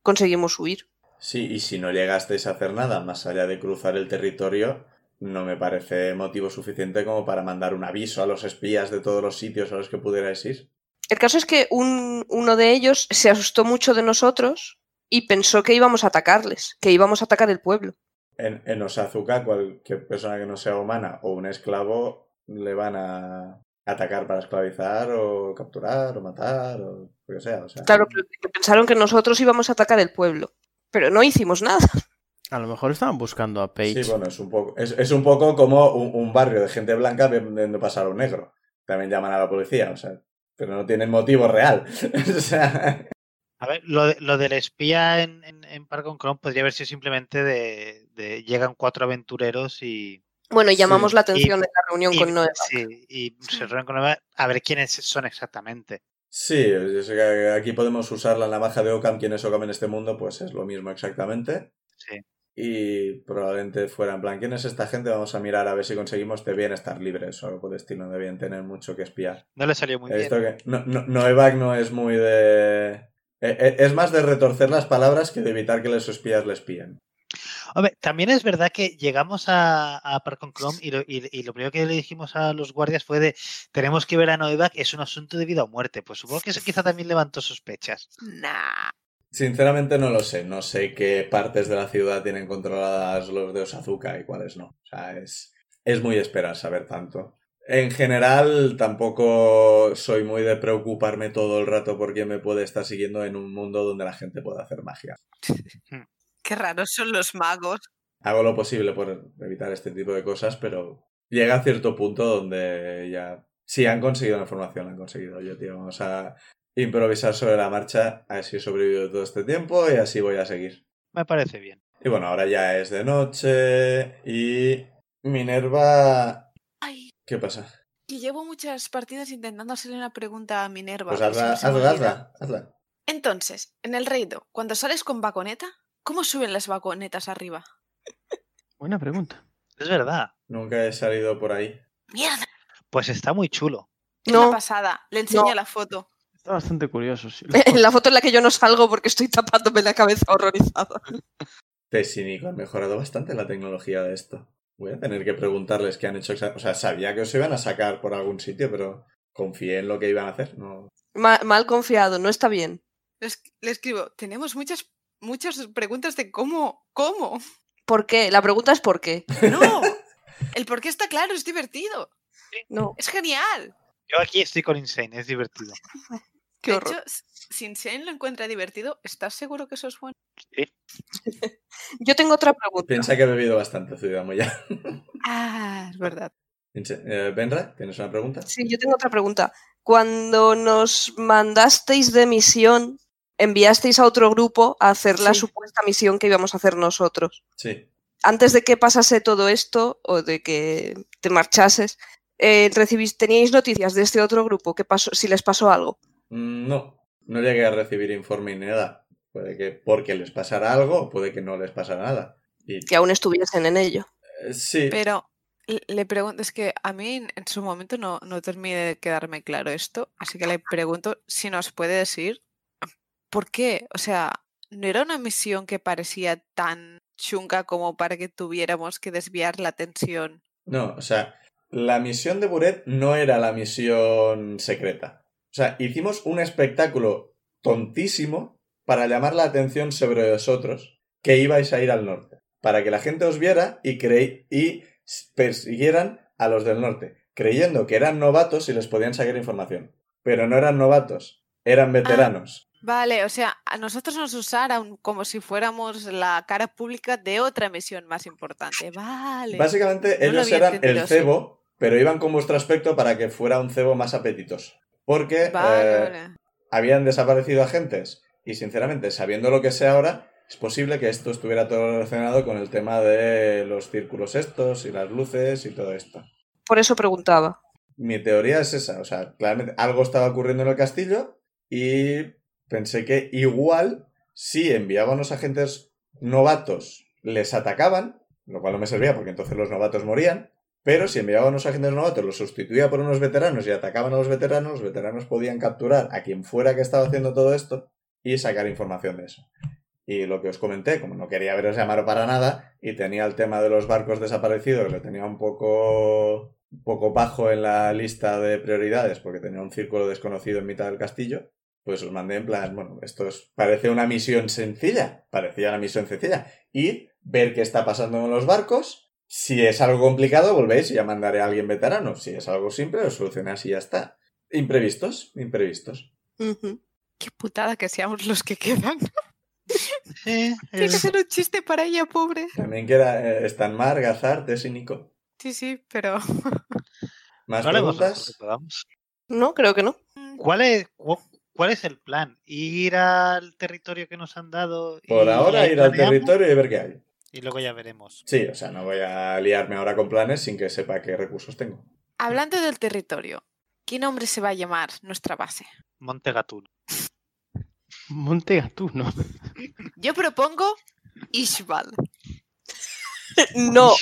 S5: conseguimos huir.
S1: Sí, y si no llegasteis a hacer nada más allá de cruzar el territorio, no me parece motivo suficiente como para mandar un aviso a los espías de todos los sitios a los que pudierais ir.
S5: El caso es que un- uno de ellos se asustó mucho de nosotros y pensó que íbamos a atacarles, que íbamos a atacar el pueblo.
S1: En, en Osazuka, cualquier persona que no sea humana o un esclavo le van a atacar para esclavizar o capturar o matar o lo que sea. o sea.
S5: Claro, pero que pensaron que nosotros íbamos a atacar el pueblo. Pero no hicimos nada.
S2: A lo mejor estaban buscando a Paige.
S1: Sí, bueno, es un poco, es, es un poco como un, un barrio de gente blanca viendo pasar a un negro. También llaman a la policía, o sea, pero no tienen motivo real. o sea,
S3: A ver, lo, de- lo del espía en, en, en Park on Chrome podría haber sido simplemente de, de llegan cuatro aventureros y,
S5: Bueno, y
S1: Sí,
S5: llamamos la atención en la reunión
S3: y-
S5: con Noé.
S3: sí, y se reúnen con Nueva a ver quiénes son exactamente.
S1: sí, yo sé que aquí podemos usar la navaja de Ockham, quien es Ockham en este mundo, pues es lo mismo exactamente.
S3: Sí.
S1: Y probablemente fuera en plan, ¿quién es esta gente? Vamos a mirar a ver si conseguimos, este debían estar libres o algo por el estilo, no debían tener mucho que espiar.
S3: No le salió muy
S1: He
S3: bien.
S1: visto que no, no, Noevac no es muy de... e- e- Es más de retorcer las palabras que de evitar que los espías les espíen.
S3: Hombre, también es verdad que llegamos a, a Park on Chrome y lo, y- y lo primero que le dijimos a los guardias fue de tenemos que ver a Novak, es un asunto de vida o muerte. Pues supongo que eso quizá también levantó sospechas.
S4: Nah.
S1: Sinceramente no lo sé. No sé qué partes de la ciudad tienen controladas los de Osazuka y cuáles no. O sea, es, es muy esperar saber tanto. En general, tampoco soy muy de preocuparme todo el rato por quién me puede estar siguiendo en un mundo donde la gente puede hacer magia.
S4: Qué raros son los magos.
S1: Hago lo posible por evitar este tipo de cosas, pero llega a cierto punto donde ya... Si han conseguido la información, la han conseguido. Yo, tío, vamos a improvisar sobre la marcha. Así he sobrevivido todo este tiempo y así voy a seguir.
S3: Me parece bien.
S1: Y bueno, ahora ya es de noche y Minerva...
S4: Ay,
S1: ¿Qué pasa?
S4: que llevo muchas partidas intentando hacerle una pregunta a Minerva.
S1: Pues
S4: y se
S1: hazla,
S4: me- se me
S1: hazla,
S4: olvida.
S1: hazla, hazla.
S4: Entonces, en el reido, cuando sales con baconeta, ¿cómo suben las baconetas arriba?
S2: Buena pregunta.
S3: Es verdad.
S1: Nunca he salido por ahí.
S4: ¡Mierda!
S3: Pues está muy chulo.
S4: Es
S5: No.
S4: una pasada. Le enseño
S5: No.
S4: la foto.
S2: Está bastante curioso. sí.
S5: En la foto en la que yo no salgo porque estoy tapándome la cabeza horrorizada.
S1: Tessinico ha mejorado bastante la tecnología de esto. Voy a tener que preguntarles qué han hecho. exa- O sea, sabía que os iban a sacar por algún sitio, pero confié en lo que iban a hacer. No.
S5: Ma- mal confiado, no está bien.
S4: Le, esc- le escribo, tenemos muchas, muchas preguntas de cómo, cómo.
S5: ¿Por qué? La pregunta es ¿por qué?
S4: No. El por qué está claro, es divertido.
S5: No,
S4: Es genial.
S3: Yo aquí estoy con Insane, es divertido.
S5: qué
S4: de
S5: horror.
S4: hecho, s- sin Shane lo encuentra divertido, ¿estás seguro que eso es bueno?
S5: Yo tengo otra pregunta.
S1: Piensa que he bebido bastante, Zuidamo, ya.
S4: Ah, es verdad.
S1: Pinche- eh, Benra, ¿tienes una pregunta?
S5: Sí, yo tengo otra pregunta. Cuando nos mandasteis de misión, enviasteis a otro grupo a hacer la
S4: Sí.
S5: supuesta misión que íbamos a hacer nosotros.
S1: Sí.
S5: Antes de que pasase todo esto o de que te marchases, eh, recibís, ¿teníais noticias de este otro grupo? ¿Qué pasó, si les pasó algo?
S1: Mm, No, no llegué a recibir informe ni nada. Puede que porque les pasara algo, puede que no les pasara nada. Y
S5: Que aún estuviesen en ello.
S1: Eh, Sí,
S4: Pero le- le pregunto, es que a mí en en su momento no, no terminé de quedarme claro esto, así que le pregunto si nos puede decir por qué. O sea, ¿no era una misión que parecía tan chunga como para que tuviéramos que desviar la atención?
S1: no, o sea, la misión de Buret no era la misión secreta. O sea, hicimos un espectáculo tontísimo para llamar la atención sobre vosotros que ibais a ir al norte. Para que la gente os viera y, creí y persiguieran a los del norte, creyendo que eran novatos y les podían sacar información. Pero no eran novatos,
S4: Ah,
S1: eran veteranos.
S4: Vale, o sea, a nosotros nos usaron como si fuéramos la cara pública de otra misión más importante. Vale.
S1: Básicamente
S4: No lo
S1: ellos
S4: había
S1: eran
S4: entendido
S1: el
S4: así.
S1: cebo, pero iban con vuestro aspecto para que fuera un cebo más apetitoso. Porque
S4: Vale,
S1: eh,
S4: vale.
S1: habían desaparecido agentes. Y sinceramente, sabiendo lo que sé ahora, es posible que esto estuviera todo relacionado con el tema de los círculos estos y las luces y todo esto.
S5: Por eso preguntaba.
S1: Mi teoría es esa, o sea, claramente algo estaba ocurriendo en el castillo y pensé que igual si enviaban los agentes novatos les atacaban, lo cual no me servía porque entonces los novatos morían, pero si enviaban unos agentes novatos, los sustituía por unos veteranos y atacaban a los veteranos, los veteranos podían capturar a quien fuera que estaba haciendo todo esto y sacar información de eso. Y lo que os comenté, como no quería veros llamar para nada, y tenía el tema de los barcos desaparecidos, que lo tenía un poco, un poco bajo en la lista de prioridades, porque tenía un círculo desconocido en mitad del castillo, pues os mandé en plan, bueno, esto es- parece una misión sencilla, parecía una misión sencilla. Ir, ver qué está pasando con los barcos, si es algo complicado, volvéis y ya mandaré a alguien veterano. Si es algo simple, lo solucionáis y ya está. Imprevistos, imprevistos.
S5: Ujú.
S4: Qué putada que seamos los que quedan.
S3: Sí,
S4: Tiene que
S3: es-
S4: ser un chiste para ella, pobre.
S1: También queda eh, Stanmar, Gazar, Tess y Nico.
S4: Sí, sí, pero.
S1: ¿Más
S3: no lo hemos
S1: preguntas?
S3: resuelto, vamos.
S5: No, creo que no.
S4: mm,
S3: ¿Cuál es, cu- ¿Cuál es el plan? ¿Ir al territorio que nos han dado? y
S1: Por ahora
S3: ahí
S1: ir al
S3: planeamos?
S1: territorio y ver qué hay.
S3: Y luego ya veremos.
S1: Sí, o sea, no voy a liarme ahora con planes sin que sepa qué recursos tengo.
S4: Hablando del territorio, ¿qué nombre se va a llamar nuestra base?
S3: Monte Gatuno.
S2: Monte Gatuno.
S4: Yo propongo Ishbal.
S5: No,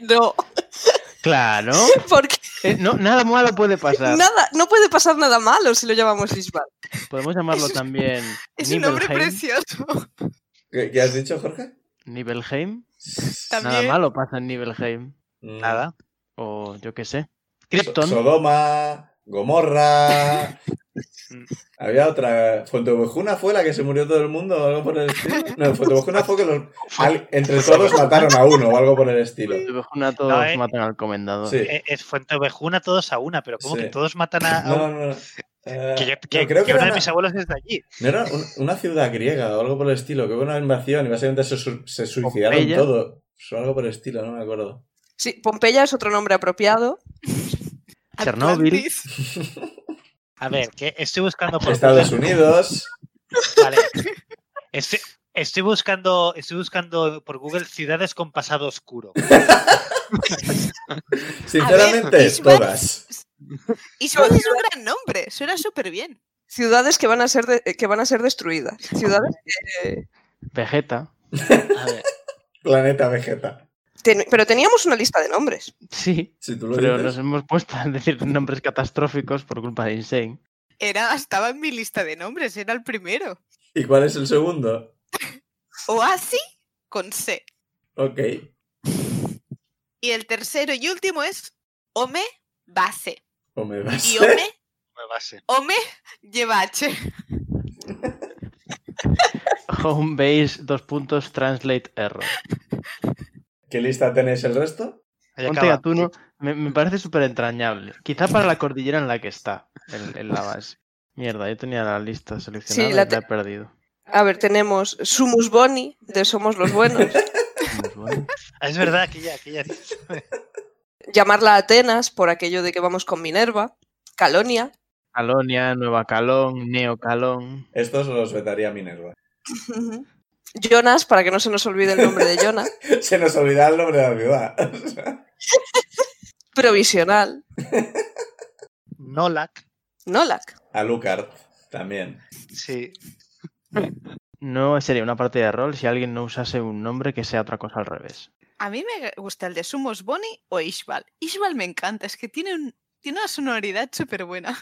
S5: no,
S2: Claro.
S5: porque
S2: Eh, no, nada malo puede pasar.
S5: nada, no puede pasar nada malo si lo llamamos Isbal.
S2: Podemos llamarlo
S4: Es-
S2: también
S4: Es un nombre
S2: Nibelheim.
S4: precioso.
S1: ¿Qué, qué has dicho, Jorge?
S2: Nibelheim. Nada
S4: También.
S2: malo pasa en Nibelheim.
S1: Mm,
S3: Nada.
S2: O yo qué sé.
S1: So-
S2: Krypton.
S1: Sodoma, Gomorra.
S3: Mm.
S1: Había otra. Fuentevejuna fue la que se murió todo el mundo o algo por el estilo. No, Fuentevejuna fue que los- al- entre todos mataron a uno o algo por el estilo.
S2: Te vejo a todos
S3: No, eh.
S2: matan al comendador.
S1: Sí.
S3: Eh, Es Fuente Ovejuna todos a una, pero como
S1: Sí.
S3: que todos matan a. a
S1: No,
S3: un-
S1: no, no. Eh,
S3: Que, yo-
S1: no, creo
S3: que- que
S1: que
S3: uno
S1: era
S3: de
S1: una,
S3: mis abuelos es de allí.
S1: no era un- una ciudad griega o algo por el estilo, que hubo una invasión y básicamente se, su- se suicidaron
S2: Pompeya.
S1: todos. O algo por el estilo, no me acuerdo.
S5: Sí, Pompeya es otro nombre apropiado.
S2: Chernóbil.
S4: Atlantis.
S3: A ver, que estoy buscando por
S1: Estados
S3: Google.
S1: Unidos.
S3: Vale. Estoy, estoy buscando, estoy buscando por Google ciudades con pasado oscuro.
S1: Sinceramente,
S4: Ismael.
S1: todas.
S4: Ishbal es un gran nombre, suena súper bien.
S5: Ciudades que van a ser de- eh, que van a ser destruidas. Ciudades que, eh,
S2: Vegeta.
S3: A ver,
S1: Planeta Vegeta.
S5: ten- pero teníamos una lista de nombres.
S2: Sí.
S1: Si tú lo
S2: Pero
S1: dices.
S2: nos hemos puesto a decir nombres catastróficos por culpa de Insane.
S4: Era, estaba en mi lista de nombres, era el primero.
S1: ¿Y cuál es el segundo?
S4: Oasi con C.
S1: Ok.
S4: Y el tercero y último es Ome Base.
S1: O pues me vas.
S4: Y Ome,
S3: me base.
S4: Ome lleva H.
S2: Home base, dos puntos, translate error.
S1: ¿Qué lista tenéis el resto?
S3: Ahí
S2: Monte
S3: acaba.
S2: Gatuno me, me parece súper entrañable. Quizá para la cordillera en la que está, en, en la base. Mierda, yo tenía la lista seleccionada
S5: la
S2: y
S5: te-
S2: la he perdido.
S5: A ver, tenemos Sumus Boni de Somos los Buenos,
S2: Pues bueno.
S3: Ah, Es verdad que ya, que ya dices.
S5: llamarla Atenas por aquello de que vamos con Minerva, Calonia,
S2: Calonia, Nueva Calón, Neo Calón.
S1: Estos los vetaría Minerva.
S5: Jonas para que no se nos olvide el nombre de Jonas,
S1: Se nos olvidaba el nombre de la ciudad.
S5: Provisional,
S3: Nolak.
S5: Nolak.
S1: Alucard también.
S3: Sí.
S2: No sería una partida de rol si alguien no usase un nombre que sea otra cosa al revés.
S4: A mí me gusta el de Sumos Boni o Ishbal. Ishbal me encanta, es que tiene, un- tiene una sonoridad súper buena.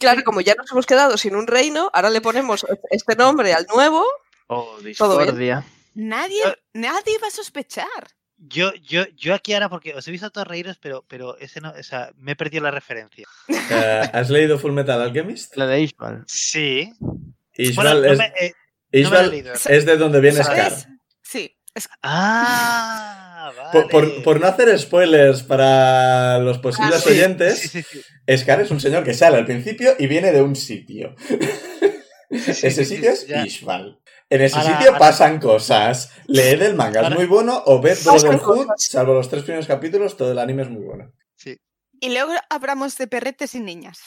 S5: Claro, como ya nos hemos quedado sin un reino, ahora le ponemos este nombre al nuevo.
S2: Oh,
S5: Todo bien.
S2: discordia.
S4: Nadie, nadie va a sospechar.
S3: Yo, yo, yo aquí ahora, porque os he visto a todos reíros, pero, pero ese no, o sea, me he perdido la referencia.
S1: Eh, ¿Has leído Full Metal Alchemist?
S2: La de Ishbal.
S3: Sí.
S1: Ishbal,
S3: no
S1: es,
S3: me- eh, no me lo he
S1: Ishbal
S3: leído.
S1: es de donde viene Scar.
S4: ¿Sabes? Sí, es-
S3: Ah, vale.
S1: Por, por- por no hacer spoilers para los posibles
S5: Ah, sí.
S1: oyentes,
S3: Sí, sí, sí.
S1: Scar es un señor que sale al principio y viene de un sitio.
S3: Sí, sí,
S1: ese
S3: sí,
S1: sitio
S3: sí,
S1: es
S3: ya.
S1: Ishbal. En ese
S3: Ahora-
S1: sitio
S3: ahora-
S1: pasan cosas. Leed el manga, es
S3: Ahora-
S1: muy bueno. O ved
S5: Pasan
S1: Brotherhood,
S5: cosas.
S1: salvo los tres primeros capítulos, todo el anime es muy bueno.
S4: Y luego hablamos de perretes y niñas.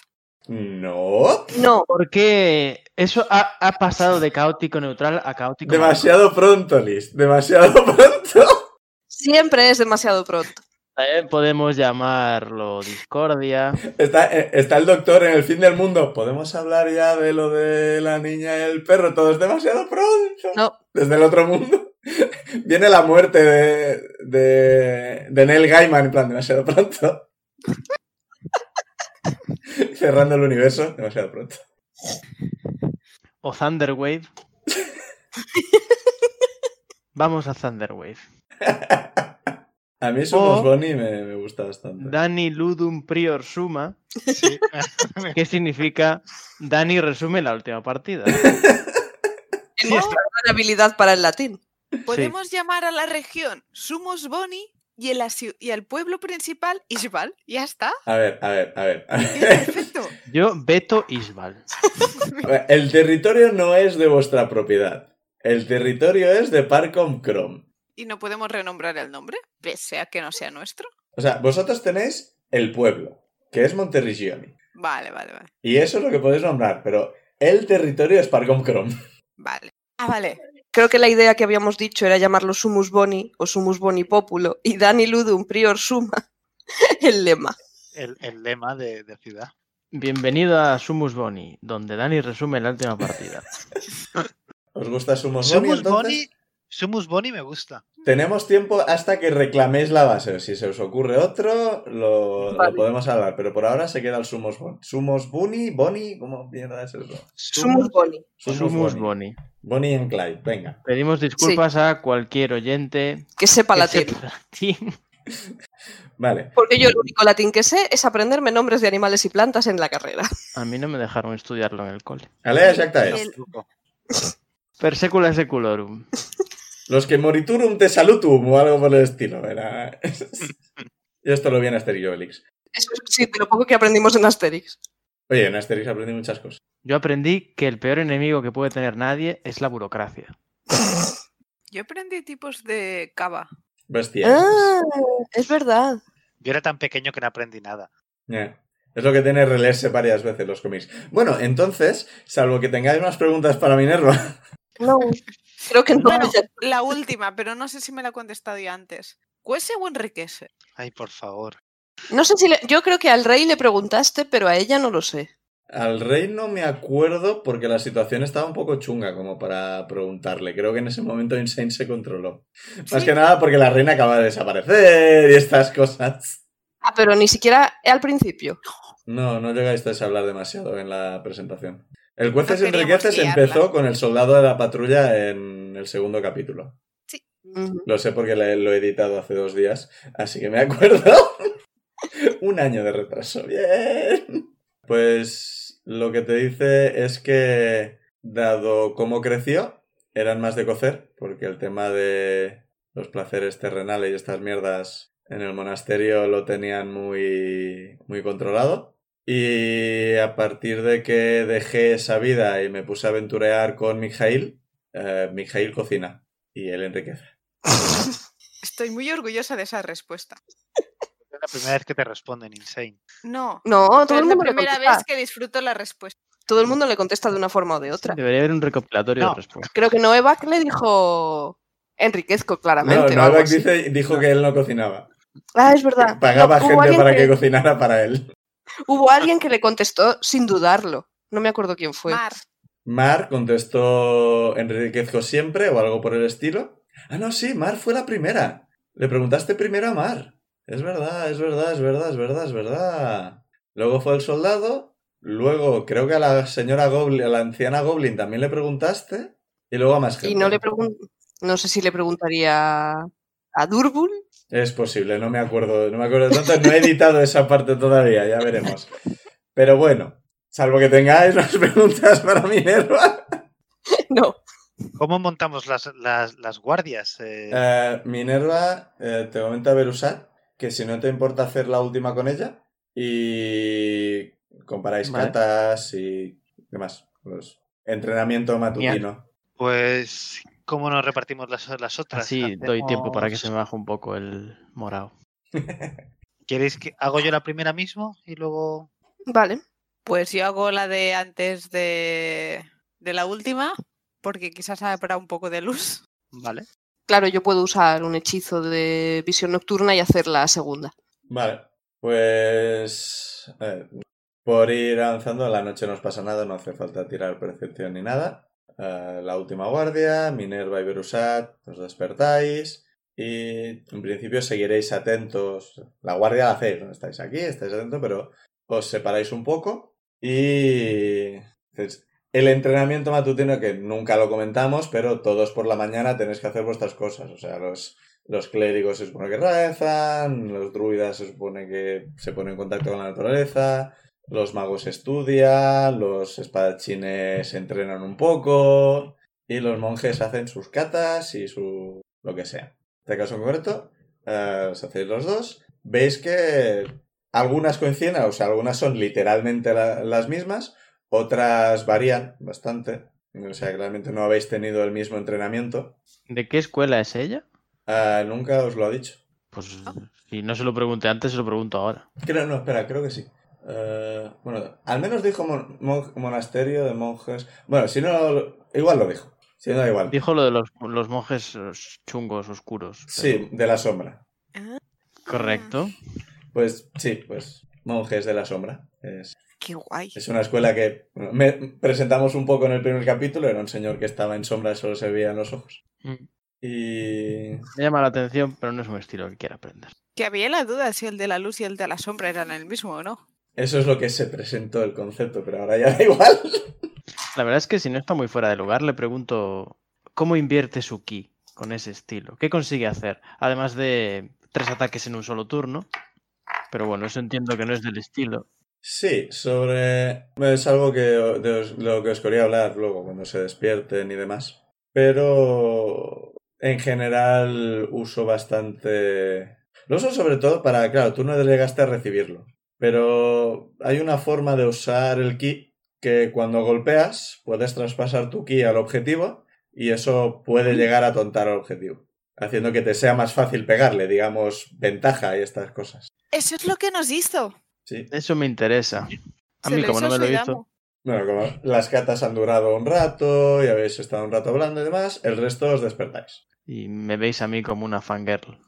S1: No,
S5: No,
S2: Porque eso ha, ha pasado de caótico neutral a caótico.
S1: demasiado pronto, Liz. Demasiado pronto.
S5: siempre es demasiado pronto.
S2: También Eh, podemos llamarlo discordia.
S1: Está, eh, está el doctor en el fin del mundo. ¿Podemos hablar ya de lo de la niña y el perro? Todo es demasiado pronto.
S5: No.
S1: Desde el otro mundo. Viene la muerte de, de, de Neil Gaiman, en plan, demasiado pronto. Cerrando el universo, demasiado pronto.
S2: O Thunderwave. Vamos a Thunderwave.
S1: A mí Somos
S2: O-
S1: Bonnie me, me gusta bastante.
S2: Dani Ludum Prior Suma,
S3: Sí.
S2: que significa Dani resume la última partida.
S5: En nuestra gran habilidad para el latín.
S4: Podemos llamar a la región Sumos Boni y, el asi- y al pueblo principal Isbal. Ya está.
S1: A ver, a ver, a ver. a
S4: Es
S1: ver.
S4: perfecto.
S2: Yo, Beto Isbal.
S1: El territorio no es de vuestra propiedad. El territorio es de Parcom Chrome.
S4: Y no podemos renombrar el nombre, pese a que no sea nuestro.
S1: O sea, vosotros tenéis el pueblo, que es Monterrigioni.
S4: Vale, vale, vale.
S1: Y eso es lo que podéis nombrar, pero el territorio es Parcom Chrome.
S4: Vale. Ah, vale.
S5: Creo que la idea que habíamos dicho era llamarlo Sumus Boni o Sumus Boni Populo y Dani Ludum Prior Suma, el lema.
S3: El, el lema de, de ciudad.
S2: Bienvenido a Sumus Boni, donde Dani resume la última partida.
S1: ¿Os gusta
S3: Pues
S1: Sumos Boni,
S3: Somos
S1: entonces?
S3: Boni, Somos Boni me gusta.
S1: Tenemos tiempo hasta que reclaméis la base. Si se os ocurre otro, lo, lo
S5: Vale.
S1: podemos hablar. Pero por ahora se queda el Sumos Boni. Sumos Boni, Boni, ¿cómo mierda es eso?
S5: Sumus Boni.
S2: Sumus Boni.
S1: Boni. Bonnie and Clyde, venga.
S2: Pedimos disculpas a cualquier oyente.
S5: Que sepa
S2: que
S5: latín.
S2: sepa latín.
S1: Vale.
S5: Porque yo el único latín que sé es aprenderme nombres de animales y plantas en la carrera.
S2: A mí no me dejaron estudiarlo en el cole.
S1: Alea Jactae.
S4: El-
S3: Truco.
S2: Persecula seculorum.
S1: Los que moriturum te salutum o algo por el estilo. Era... Yo esto lo vi en Asterix y Obelix.
S5: Eso es- sí, de lo poco que aprendimos en Asterix.
S1: Oye, en Asterix aprendí muchas cosas.
S2: Yo aprendí que el peor enemigo que puede tener nadie es la burocracia.
S4: Yo aprendí tipos de cava.
S1: Bestias.
S5: Ah, es verdad.
S3: Yo era tan pequeño que no aprendí nada.
S1: Eh, Es lo que tiene releerse varias veces los cómics. Bueno, entonces, salvo que tengáis más preguntas para Minerva.
S5: No. Creo que no.
S4: Bueno, la última, pero no sé si me la he contestado yo antes. ¿Cuese o enriquece?
S3: Ay, por favor.
S5: No sé si le- yo creo que al rey le preguntaste, pero a ella no lo sé.
S1: Al rey no me acuerdo porque la situación estaba un poco chunga como para preguntarle. Creo que en ese momento Insane se controló. Más
S4: Sí.
S1: que nada porque la reina acaba de desaparecer y estas cosas.
S5: Ah, pero ni siquiera al principio.
S1: No, no llegáis a hablar demasiado en la presentación. El juez
S4: No
S1: es Enriqueces
S4: queríamos
S1: empezó
S4: liarla.
S1: con el soldado de la patrulla en el segundo capítulo.
S4: Mm.
S5: Ujú.
S1: Lo sé porque le- lo he editado hace dos días, así que me acuerdo. Un año de retraso. Bien. Pues lo que te dice es que, dado cómo creció, eran más de cocer, porque el tema de los placeres terrenales y estas mierdas en el monasterio lo tenían muy, muy controlado. Y a partir de que dejé esa vida y me puse a aventurear con Mijail, eh, Mijail cocina y él enriquece.
S4: Estoy muy orgullosa de esa respuesta.
S3: Es la primera vez que te responden, Insane.
S4: No.
S5: No, todo
S4: pero
S5: el
S4: es la
S5: mundo le
S4: primera
S5: contesta.
S4: vez que disfruto la respuesta.
S5: Todo el mundo le contesta de una forma o de otra.
S2: Debería haber un recopilatorio
S3: No.
S2: de respuestas.
S5: Creo que Noé Bach le dijo enriquezco
S1: No,
S5: claramente. o algo
S1: Novak
S5: así.
S1: dice- dijo que él no cocinaba.
S5: Ah, es verdad.
S1: Pagaba
S5: No, hubo
S1: gente
S5: alguien
S1: para que...
S5: que-
S1: cocinara para él.
S5: Hubo alguien que le contestó sin dudarlo. No me acuerdo quién fue.
S4: Mar,
S1: Mar contestó enriquezco siempre o algo por el estilo. Ah, no, sí, Mar fue la primera. Le preguntaste primero a Mar. Es verdad, es verdad, es verdad, es verdad, es verdad. Luego fue el soldado. Luego creo que a la señora Goblin, a la anciana Goblin también le preguntaste. Y luego a más gente.
S5: Y no le pregun- no sé si le preguntaría a Durbul.
S1: Es posible, no me acuerdo, no me acuerdo tanto, no he editado esa parte todavía, ya veremos. Pero bueno, salvo que tengáis las preguntas para Minerva.
S5: No.
S3: ¿Cómo montamos las, las, las guardias? Eh,
S1: Eh, Minerva, eh, te comenta Berusat que si no te importa hacer la última con ella y comparáis
S2: Vale.
S1: catas y demás. pues, entrenamiento matutino.
S3: Pues, ¿cómo nos repartimos las, las otras?
S2: Así doy tiempo para que se
S3: Hacemos-
S2: me baje un poco el morado.
S3: ¿Queréis que hago yo la primera mismo y luego
S5: Vale.
S4: pues yo hago la de antes de, de la última, porque quizás habrá un poco de luz.
S3: Vale.
S5: Claro, yo puedo usar un hechizo de visión nocturna y hacer la segunda.
S1: Vale, pues... eh, por ir avanzando, la noche no os pasa nada, no hace falta tirar percepción ni nada. Eh, la última guardia, Minerva y Berusat, os despertáis y en principio seguiréis atentos. La guardia la hacéis, no estáis aquí, estáis atentos, pero os separáis un poco y... entonces, El entrenamiento matutino que nunca lo comentamos, pero todos por la mañana tenéis que hacer vuestras cosas. O sea, los, los clérigos se supone que rezan, los druidas se supone que se ponen en contacto con la naturaleza, los magos estudian, los espadachines entrenan un poco y los monjes hacen sus catas y su lo que sea. En este caso en concreto, eh, os hacéis los dos. Veis que algunas coinciden, o sea, algunas son literalmente la- las mismas, otras varían bastante. O sea, claramente no habéis tenido el mismo entrenamiento.
S2: ¿De qué escuela es ella?
S1: Ah, nunca os lo ha dicho.
S2: Pues
S4: Ah.
S2: si no se lo pregunté antes, se lo pregunto ahora.
S1: Creo, no, espera, creo que sí. Eh, bueno, al menos dijo mon- mon- monasterio de monjes. Bueno, si no, igual lo dijo. Si no, da igual.
S2: Dijo lo de los, los monjes eh, chungos, oscuros.
S1: Sí, de la sombra.
S2: pero- Correcto.
S1: Pues sí, pues monjes de la sombra. Es,
S4: Qué guay.
S1: es una escuela que bueno, me presentamos un poco en el primer capítulo. Era un señor que estaba en sombra y solo se veían los ojos.
S2: Mm.
S1: Y
S2: Me llama la atención, pero no es un estilo que quiera aprender.
S4: Que había la duda si el de la luz y el de la sombra eran el mismo o no.
S1: eso es lo que se presentó el concepto, pero ahora ya da igual.
S2: La verdad es que si no está muy fuera de lugar, le pregunto cómo invierte su ki con ese estilo. ¿Qué consigue hacer? Además de tres ataques en un solo turno. Pero bueno, eso entiendo que no es del estilo.
S1: Sí, sobre... Es algo que, de os- lo que os quería hablar luego cuando se despierten y demás. Pero en general uso bastante... Lo uso sobre todo para... Claro, tú no delegaste a recibirlo. Pero hay una forma de usar el ki que cuando golpeas puedes traspasar tu ki al objetivo y eso puede llegar a tontar al objetivo. Haciendo que te sea más fácil pegarle, digamos, ventaja y estas cosas.
S4: Eso es lo que nos hizo.
S1: Sí.
S2: Eso me interesa. A
S4: Se
S2: mí,
S4: lo
S2: como no
S4: hizo
S2: me lo hizo,
S4: Suidamu.
S1: Bueno, como las catas han durado un rato y habéis estado un rato hablando y demás, el resto os despertáis.
S2: y me veis a mí como una fangirl,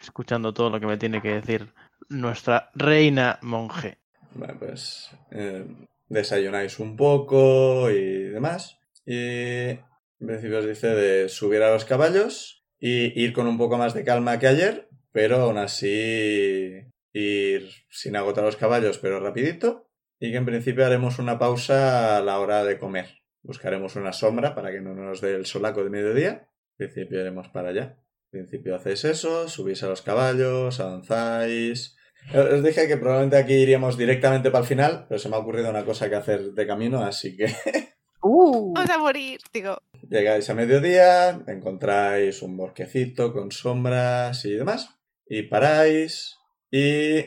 S2: escuchando todo lo que me tiene que decir nuestra reina monje.
S1: Bueno, pues eh, desayunáis un poco y demás. Y en principio os dice de subir a los caballos y ir con un poco más de calma que ayer, pero aún así ir sin agotar los caballos, pero rapidito. Y que en principio haremos una pausa a la hora de comer. Buscaremos una sombra para que no nos dé el solaco de mediodía. En principio iremos para allá. En principio hacéis eso, subís a los caballos, avanzáis, os dije que probablemente aquí iríamos directamente para el final, pero se me ha ocurrido una cosa que hacer de camino, así que
S5: Uh,
S4: Vamos a morir. Digo,
S1: llegáis a mediodía, encontráis un bosquecito con sombras y demás, y paráis, y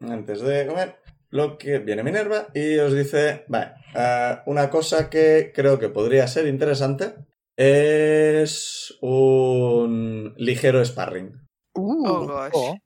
S1: antes de comer, lo que viene Minerva y os dice, vale, ah, una cosa que creo que podría ser interesante es un ligero sparring.
S5: uh.
S4: oh gosh.
S3: Oh,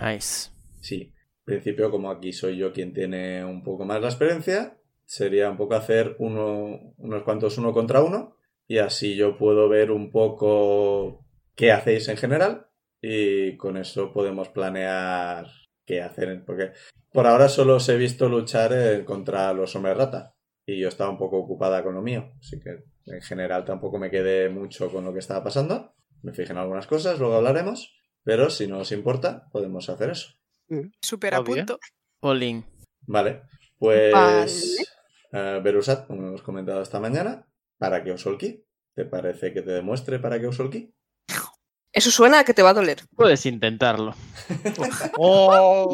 S2: Nice.
S1: Sí. En principio, como aquí soy yo quien tiene un poco más la experiencia, sería un poco hacer uno, unos cuantos uno contra uno. Y así yo puedo ver un poco qué hacéis en general. Y con eso podemos planear qué hacer. Porque por ahora solo os he visto luchar eh, contra los hombres rata. Y yo estaba un poco ocupada con lo mío. Así que en general tampoco me quedé mucho con lo que estaba pasando. Me fijé en algunas cosas, luego hablaremos. Pero si no os importa, podemos hacer eso.
S4: Súper
S3: Ah,
S4: a
S3: bien.
S4: punto.
S2: Pauline,
S1: Vale, pues
S5: Vale.
S1: eh, Berusat, como hemos comentado esta mañana, ¿para qué Usolki? ¿Te parece que te demuestre para qué Usolki?
S5: Eso suena a que te va a doler.
S2: puedes intentarlo.
S3: oh,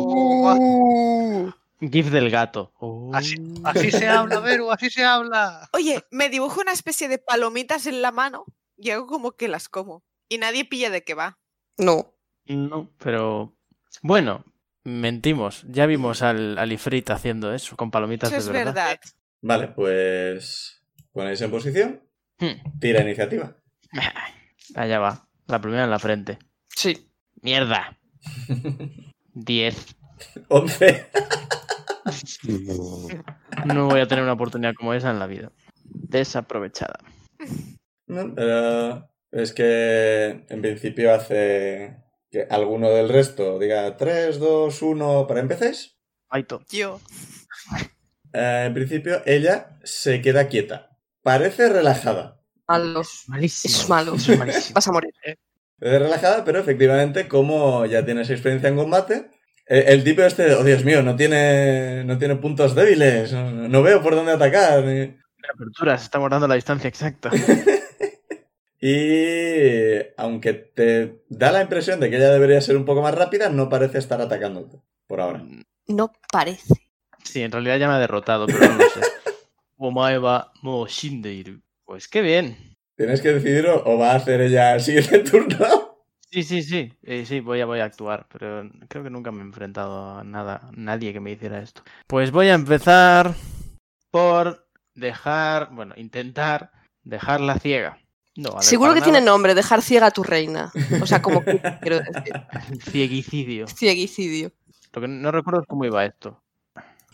S5: Uh.
S2: GIF del gato.
S3: así, así se habla, Beru, así se habla.
S4: Oye, me dibujo una especie de palomitas en la mano y hago como que las como. Y nadie pilla de qué va.
S5: No.
S2: No, pero bueno, mentimos. Ya vimos al, al Ifrit haciendo eso con palomitas
S4: Eso es
S2: de verdad.
S4: verdad.
S1: Vale, pues ponéis en posición,
S2: Hmm.
S1: tira iniciativa.
S2: Allá va, la primera en la frente.
S5: Sí.
S2: Mierda. 10.
S1: 11.
S2: No voy a tener una oportunidad como esa en la vida. Desaprovechada.
S1: No, eh, es que en principio hace que alguno del resto diga 3, 2, 1 para empecéis.
S2: Aito.
S4: Yo.
S1: Eh, en principio ella se queda quieta. Parece relajada.
S5: Malos.
S2: Malísimo.
S5: Es malo.
S2: Eso es malísimo.
S5: Vas a morir.
S1: Eh, Es relajada, pero efectivamente, como ya tienes experiencia en combate, El, el tipo este, oh Dios mío, no tiene, no tiene puntos débiles, no, no veo por dónde atacar. eh.
S2: La apertura, se está guardando la distancia exacta.
S1: Y aunque te da la impresión de que ella debería ser un poco más rápida, no parece estar atacándote por ahora.
S5: No parece.
S2: Mm, Sí, en realidad ya me ha derrotado, pero no lo sé. Omae wa mou shindeiru. Pues qué bien.
S1: Tienes que decidir o, o va a hacer ella el siguiente turno.
S2: Sí, sí, sí. Eh, sí, voy a, voy a actuar, pero creo que nunca me he enfrentado a nada, nadie que me hiciera esto. Pues voy a empezar por dejar, bueno, intentar dejarla ciega. No, a
S5: Seguro que
S2: dejarla-
S5: tiene nombre, dejar ciega a tu reina. O sea, como que quiero decir,
S2: Cieguicidio.
S5: cieguicidio.
S2: Lo que no recuerdo es cómo iba esto.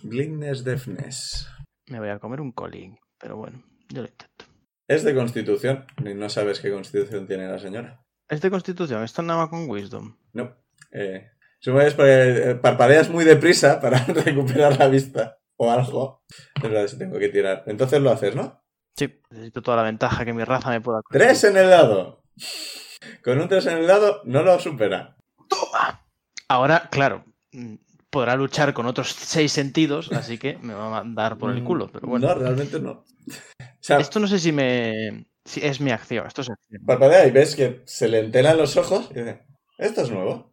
S1: Blindness Deafness.
S2: Me voy a comer un colín, pero bueno, yo lo intento.
S1: Es de constitución. Ni- No sabes qué constitución tiene la señora.
S2: Es de constitución, esto nada con wisdom.
S1: No. Eh, supongo que es porque, eh, parpadeas muy deprisa para recuperar la vista o algo. Es verdad, si tengo que tirar. Entonces lo haces, ¿no?
S2: Sí, necesito toda la ventaja que mi raza me pueda.
S1: Tres en el dado. Con un tres en el dado no lo supera.
S2: ¡Toma! Ahora, claro, mm, podrá luchar con otros seis sentidos, así que me va a dar por
S7: Mm,
S2: el culo, pero bueno.
S1: No, realmente no. O sea,
S2: Esto no sé si me. si es mi acción, esto es acción.
S1: parpadea y ves que se le entelan los ojos y dice, esto es nuevo.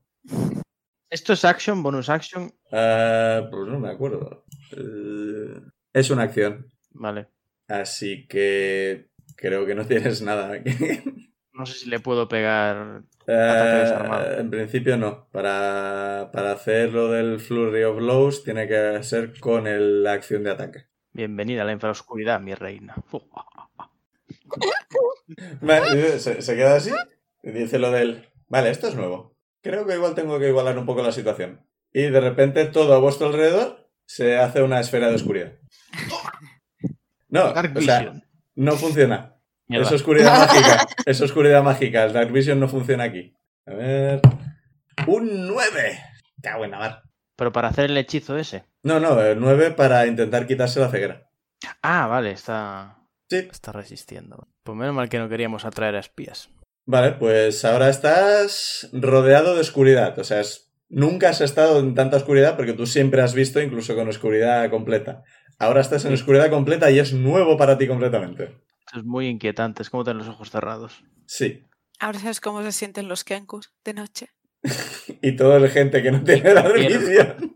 S2: Esto es action, bonus action.
S1: Ah, pues no me acuerdo. Eh, es una acción.
S2: Vale.
S1: Así que creo que no tienes nada. que-
S2: No sé si le puedo pegar. Ataque
S1: Eh,
S2: desarmado.
S1: en principio no. Para, para hacer lo del Flurry of Blows tiene que ser con el- la acción de ataque.
S2: Bienvenida a la infraoscuridad, mi reina. Ua.
S1: Vale, y Se, se queda así y dice lo del... Vale, esto es nuevo. Creo que igual tengo que igualar un poco la situación. Y de repente todo a vuestro alrededor se hace una esfera de oscuridad. No,
S2: Dark
S1: o sea,
S2: Vision.
S1: no funciona.
S2: Mierda.
S1: Es oscuridad mágica. Es oscuridad mágica. El Dark Vision no funciona aquí. A ver. Un 9. Cago en la mar.
S2: Pero para hacer el hechizo ese.
S1: No, no, el 9 para intentar quitarse la ceguera.
S2: Ah, vale, está.
S1: Sí.
S7: Está resistiendo. Pues menos mal que no queríamos atraer a espías.
S1: Vale, pues ahora estás rodeado de oscuridad. O sea, es- nunca has estado en tanta oscuridad porque tú siempre has visto, incluso con oscuridad completa. Ahora estás en oscuridad completa y es nuevo para ti completamente.
S2: Esto es muy inquietante, es como tener los ojos cerrados.
S1: Sí.
S4: Ahora sabes cómo se sienten los kenkus de noche.
S1: Y toda la gente que no tiene la religión.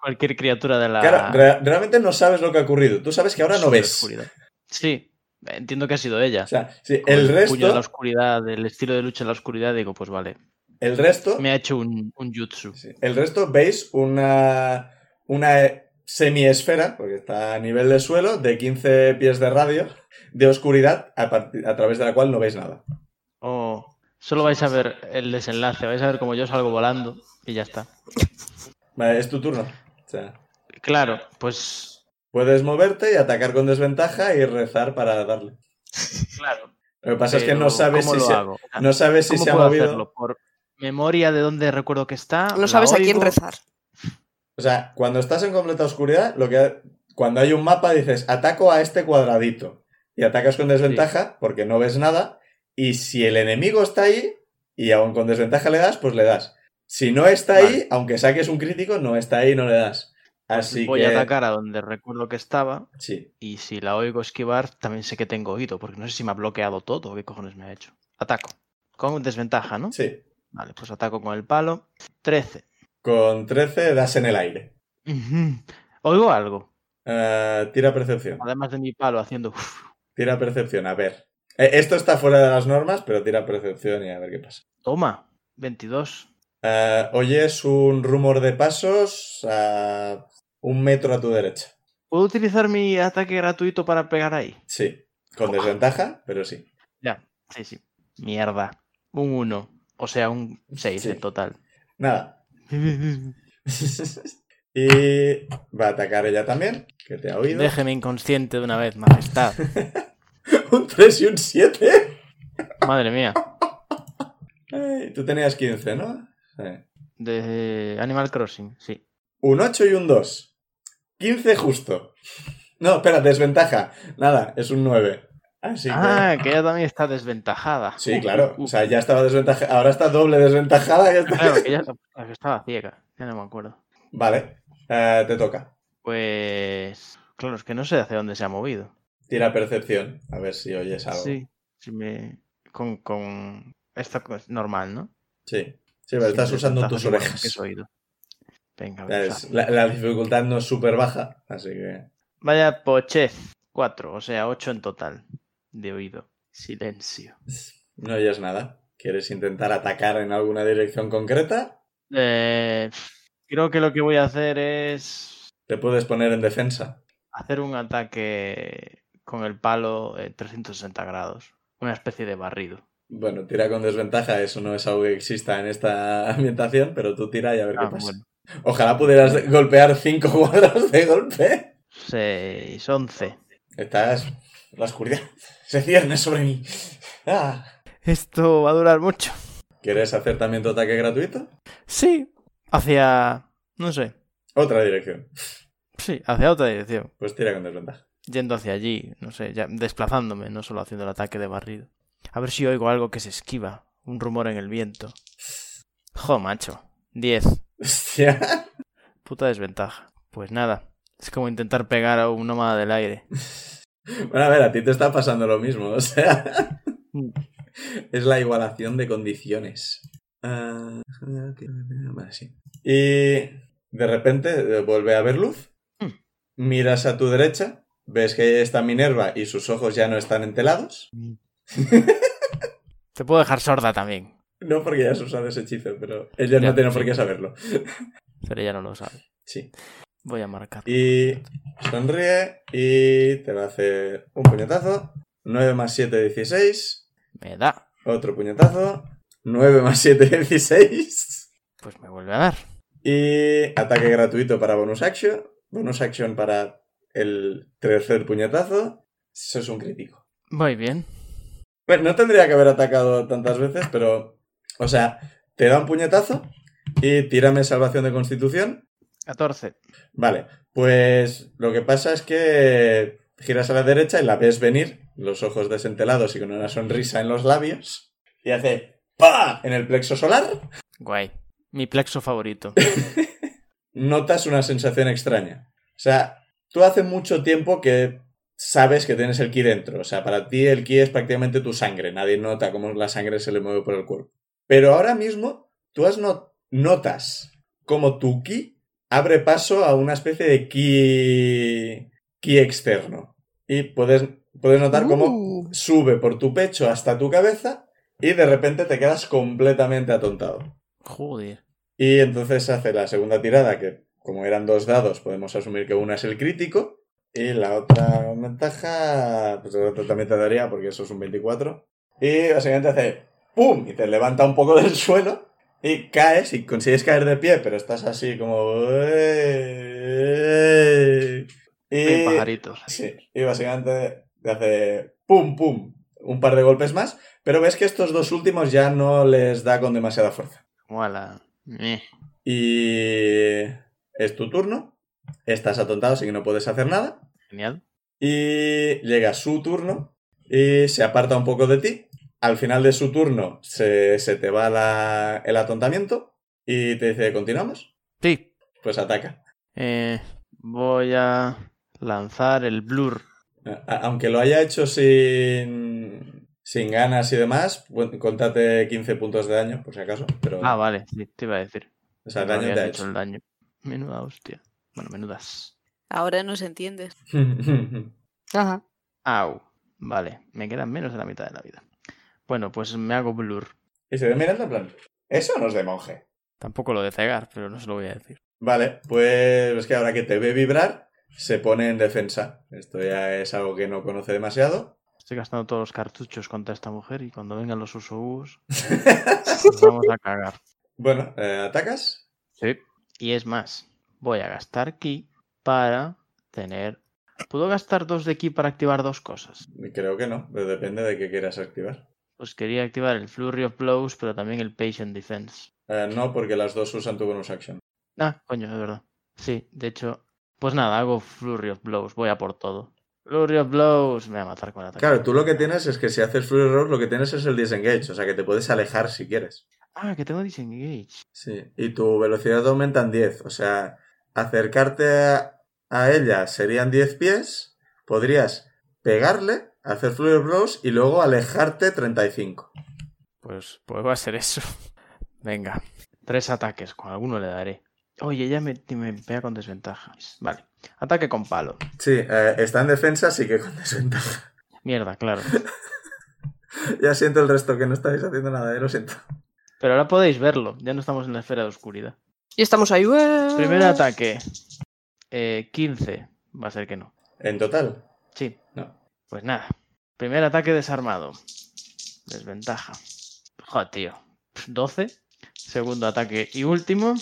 S2: Cualquier criatura de la.
S1: Claro, re- realmente no sabes lo que ha ocurrido. Tú sabes que ahora no ves.
S2: superoscuridad. Sí, entiendo que ha sido ella.
S1: O sea, sí,
S2: Con
S1: el
S2: puño de la
S1: resto,
S2: oscuridad, el estilo de lucha en la oscuridad, digo, pues vale.
S1: el resto,
S2: Me ha hecho un, un jutsu.
S1: sí, el resto veis una, una semiesfera, porque está a nivel de suelo, de 15 pies de radio, de oscuridad, a, parti- a través de la cual no veis nada.
S2: O solo vais a ver el desenlace, vais a ver como yo salgo volando y ya está.
S1: Vale, es tu turno. O sea,
S2: Claro, pues
S1: puedes moverte y atacar con desventaja y rezar para darle.
S2: claro.
S1: Lo que pasa es que
S2: pero
S1: no sabes
S2: ¿cómo
S1: si
S2: lo
S1: se,
S2: hago?
S1: no sabes si
S2: ¿Cómo
S1: se ha
S2: puedo
S1: movido.
S2: hacerlo? ¿Por memoria de dónde recuerdo que está?
S5: No
S2: Ah, ¿La
S5: sabes a quién
S2: oigo?
S5: rezar.
S1: O sea, cuando estás en completa oscuridad, lo que cuando hay un mapa dices, ataco a este cuadradito. Y atacas con desventaja porque no ves nada. Y si el enemigo está ahí, y aún con desventaja le das, pues le das. Si no está ahí,
S2: Vale.
S1: aunque saques un crítico, no está ahí y no le das. Así
S2: Voy
S1: que.
S2: a atacar a donde recuerdo que estaba
S1: Sí.
S2: y si la oigo esquivar, también sé que tengo oído, porque no sé si me ha bloqueado todo o qué cojones me ha hecho. Ataco. Con desventaja, ¿no?
S1: Sí.
S2: Vale, pues ataco con el palo. 13.
S1: Con 13 das en el aire.
S2: Ujú. Oigo algo.
S1: Eh, tira percepción.
S2: Además de mi palo haciendo. uf.
S1: Tira percepción, a ver. Eh, esto está fuera de las normas, pero tira percepción y a ver qué pasa.
S2: Toma. 22.
S1: Eh, oyes un rumor de pasos a un metro a tu derecha.
S2: ¿Puedo utilizar mi ataque gratuito para pegar ahí?
S1: Sí. Con desventaja, pero sí.
S2: Ya, sí, sí. Mierda. Un 1. O sea, un 6
S1: Sí.
S2: en total.
S1: Nada. y va a atacar ella también, que te ha oído.
S7: Déjeme inconsciente de una vez, majestad.
S1: un 3 y un 7.
S2: Madre mía.
S1: Ay, tú tenías 15, ¿no? Sí.
S2: De Animal Crossing, sí.
S1: Un 8 y un 2. 15 justo. No, espera, desventaja. Nada, es un 9. Así que...
S2: Ah, que ella también está desventajada.
S1: Sí, claro. O sea, ya estaba desventajada. Ahora está doble desventajada. que está-
S2: Claro, que ella la que estaba ciega, ya no me acuerdo.
S1: Vale. Eh, te toca.
S2: Pues. Claro, es que no sé hacia dónde se ha movido.
S1: Tira percepción. A ver si oyes algo. Sí.
S2: Sí, sí me. Con, con. Esto es normal, ¿no?
S1: Sí, pero estás
S2: Sin
S1: usando
S2: desventajas,
S1: tus
S2: igual,
S1: orejas.
S2: que es oído. Venga,
S1: Ya
S2: venga.
S1: es- la, la dificultad no es súper baja, así que.
S2: Vaya pochez. Cuatro, o sea, ocho en total. De oído. Silencio.
S1: No oyes nada. ¿Quieres intentar atacar en alguna dirección concreta?
S2: Eh, creo que lo que voy a hacer es.
S1: Te puedes poner en defensa.
S2: hacer un ataque con el palo en 360 grados. Una especie de barrido.
S1: Bueno, tira con desventaja, eso no es algo que exista en esta ambientación, pero tú tira y a ver
S2: Ah,
S1: qué pasa.
S2: bueno.
S1: Ojalá pudieras golpear cinco cuadros de golpe.
S2: 6, 11.
S1: Estás. La oscuridad se cierne sobre mí. Ah.
S7: Esto va a durar mucho.
S1: ¿Quieres hacer también tu ataque gratuito?
S7: Sí. Hacia... No sé.
S1: Otra dirección.
S7: Sí, hacia otra dirección.
S1: Pues tira con desventaja.
S7: Yendo hacia allí, no sé, ya desplazándome, no solo haciendo el ataque de barrido. A ver si oigo algo que se esquiva. Un rumor en el viento. Jo, macho. 10.
S1: Hostia.
S7: Puta desventaja. Pues nada. Es como intentar pegar a un nómada del aire.
S1: Bueno, a ver, a ti te está pasando lo mismo, o sea.
S7: Mm.
S1: es la igualación de condiciones. Ah, ok, vale, sí. Y de repente eh, vuelve a ver luz.
S7: Hmm.
S1: Miras a tu derecha, ves que está Minerva y sus ojos ya no están entelados.
S7: Te puedo dejar sorda también.
S1: No porque ya se usa ese hechizo, pero ella
S7: Ya,
S1: no tiene
S7: sí.
S1: por qué saberlo.
S7: Pero ella no lo sabe.
S1: Sí.
S7: Voy a marcar.
S1: Y sonríe y te va a hacer un puñetazo. 9 más 7, 16.
S7: Me da.
S1: Otro puñetazo. 9 más 7, 16.
S7: Pues me vuelve a dar.
S1: Y ataque gratuito para bonus action. Bonus action para el tercer puñetazo. Eso es un crítico.
S7: Muy bien.
S1: Bueno, no tendría que haber atacado tantas veces, pero. O sea, te da un puñetazo y tírame salvación de constitución.
S2: 14.
S1: Vale, pues lo que pasa es que giras a la derecha y la ves venir, los ojos desentelados y con una sonrisa en los labios. Y hace ¡Pa! en el plexo solar.
S7: Guay. Mi plexo favorito.
S1: notas una sensación extraña. O sea, tú hace mucho tiempo que sabes que tienes el ki dentro. O sea, para ti el ki es prácticamente tu sangre. Nadie nota cómo la sangre se le mueve por el cuerpo. Pero ahora mismo tú has no- notas cómo tu ki abre paso a una especie de ki, ki externo. Y puedes, puedes notar cómo
S5: Uh,
S1: sube por tu pecho hasta tu cabeza y de repente te quedas completamente atontado.
S7: Joder.
S1: Y entonces hace la segunda tirada, que como eran dos dados, podemos asumir que una es el crítico. Y la otra ventaja, pues la otra también te daría, porque eso es un 24. Y básicamente hace ¡pum! Y te levanta un poco del suelo. Y caes, y consigues caer de pie, pero estás así como... "Eh, eh".
S2: Hay
S1: Y
S2: pajaritos.
S1: Sí, y básicamente te hace pum, pum, un par de golpes más, pero ves que estos dos últimos ya no les da con demasiada fuerza.
S2: Como a la. Eh.
S1: Y es tu turno, estás atontado, así que no puedes hacer nada.
S2: Genial.
S1: Y llega su turno y se aparta un poco de ti. Al final de su turno se, se te va la- el atontamiento y te dice, ¿continuamos?
S7: Sí.
S1: Pues ataca.
S2: Eh, voy a lanzar el blur.
S1: A- a- Aunque lo haya hecho sin, sin ganas y demás, bueno, contate 15 puntos de daño, por si acaso. Pero,
S2: Ah, vale, sí, te iba a decir.
S1: o sea, el
S2: No
S1: daño
S2: habías
S1: te ha
S2: dicho
S1: hecho.
S2: el daño. Menuda hostia. Bueno, menudas.
S4: Ahora nos entiendes.
S5: ajá.
S2: Au. Vale, me quedan menos de la mitad de la vida. Bueno, pues me hago blur.
S1: y se ve mirando en plan, eso no es de monje.
S7: Tampoco lo de cegar, pero no se lo voy a decir.
S1: Vale, pues es que ahora que te ve vibrar, se pone en defensa. Esto ya es algo que no conoce demasiado.
S2: Estoy gastando todos los cartuchos contra esta mujer y cuando vengan los usos nos vamos a cagar.
S1: Bueno, eh, ¿atacas?
S2: Sí. Y es más, voy a gastar ki para tener... ¿Puedo gastar dos de ki para activar dos cosas?
S1: Creo que no, pero depende de qué quieras activar.
S2: Pues quería activar el Flurry of Blows, pero también el Patient Defense.
S1: Eh, no, porque las dos usan tu bonus action.
S2: Ah, coño, es verdad. Sí, de hecho... Pues nada, hago Flurry of Blows, voy a por todo. Flurry of Blows me va a matar con el ataque.
S1: Claro, tú lo que tienes es que si haces Flurry Roll, lo que tienes es el disengage, o sea que te puedes alejar si quieres.
S2: Ah, que tengo disengage.
S1: Sí, y tu velocidad aumenta en 10, o sea, acercarte a, a ella serían 10 pies, podrías pegarle, hacer Flurry of Blows y luego alejarte 35.
S8: Pues, pues va a ser eso. Venga.
S2: Tres ataques, con alguno le daré. Oye, ya me, me pega con desventajas. Vale. Ataque con palo.
S1: Sí, eh, está en defensa, así que con desventaja.
S2: Mierda, claro.
S1: ya siento el resto que no estáis haciendo nada, eh, lo siento.
S2: Pero ahora podéis verlo. Ya no estamos en la esfera de oscuridad.
S5: Y estamos ahí. ¡ueh!
S2: Primer ataque. Eh, 15. Va a ser que no.
S1: En total.
S2: Sí.
S1: No.
S2: Pues nada. Primer ataque desarmado. Desventaja. Joder, tío. 12. Segundo ataque y último.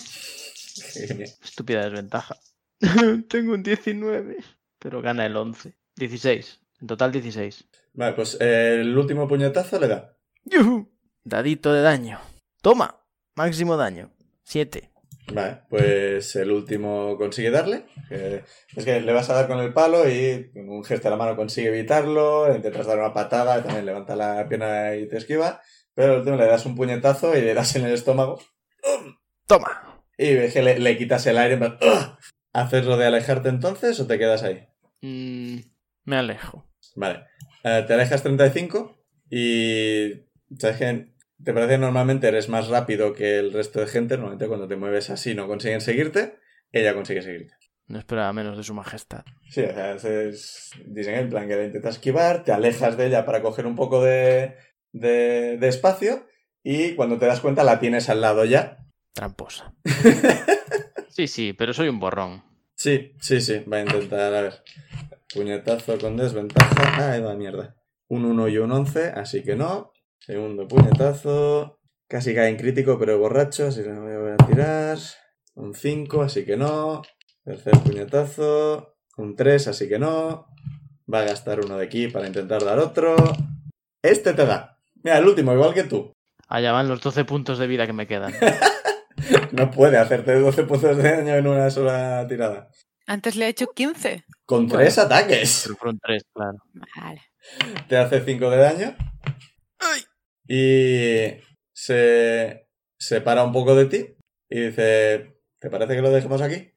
S2: Estúpida desventaja. Tengo un 19. Pero gana el 11. 16. En total 16.
S1: Vale, pues eh, el último puñetazo le da.
S8: ¡Yujú! Dadito de daño. Toma. Máximo daño. 7.
S1: Vale, pues el último consigue darle. que- es que le vas a dar con el palo y con un gesto de la mano consigue evitarlo. Intentas dar una patada, también levanta la pierna y te esquiva. Pero el último le das un puñetazo y le das en el estómago.
S8: Toma.
S1: Y ves que le, le quitas el aire. en plan, ¡Ugh! ¿Haces lo de alejarte entonces o te quedas ahí?
S8: Mm, me alejo.
S1: Vale. Eh, te alejas 35 y. ¿Sabes qué? Te parece que normalmente eres más rápido que el resto de gente. Normalmente cuando te mueves así no consiguen seguirte. Ella consigue seguirte.
S8: No esperaba menos de su majestad.
S1: Sí, o sea, es- es- dicen en plan que la intentas esquivar, te alejas de ella para coger un poco de, de, de espacio y cuando te das cuenta la tienes al lado ya.
S8: Tramposa.
S2: Sí, sí, pero soy un borrón.
S1: Sí, sí, sí, va a intentar, a ver. Puñetazo con desventaja. Ay, va mierda. Un 1 y un 11, así que no. Segundo puñetazo. Casi cae en crítico, pero borracho, así que no me voy a tirar. Un 5, así que no. Tercer puñetazo. Un 3, así que no. Va a gastar uno de aquí para intentar dar otro. Este te da. Mira, el último, igual que tú.
S2: Allá van los 12 puntos de vida que me quedan.
S1: No puede hacerte 12 puntos de daño en una sola tirada.
S4: Antes le ha hecho 15.
S1: Con tres ataques.
S2: Pero fueron tres, claro.
S4: Vale.
S1: Te hace 5 de daño. Y se separa un poco de ti y dice, ¿te parece que lo dejemos aquí?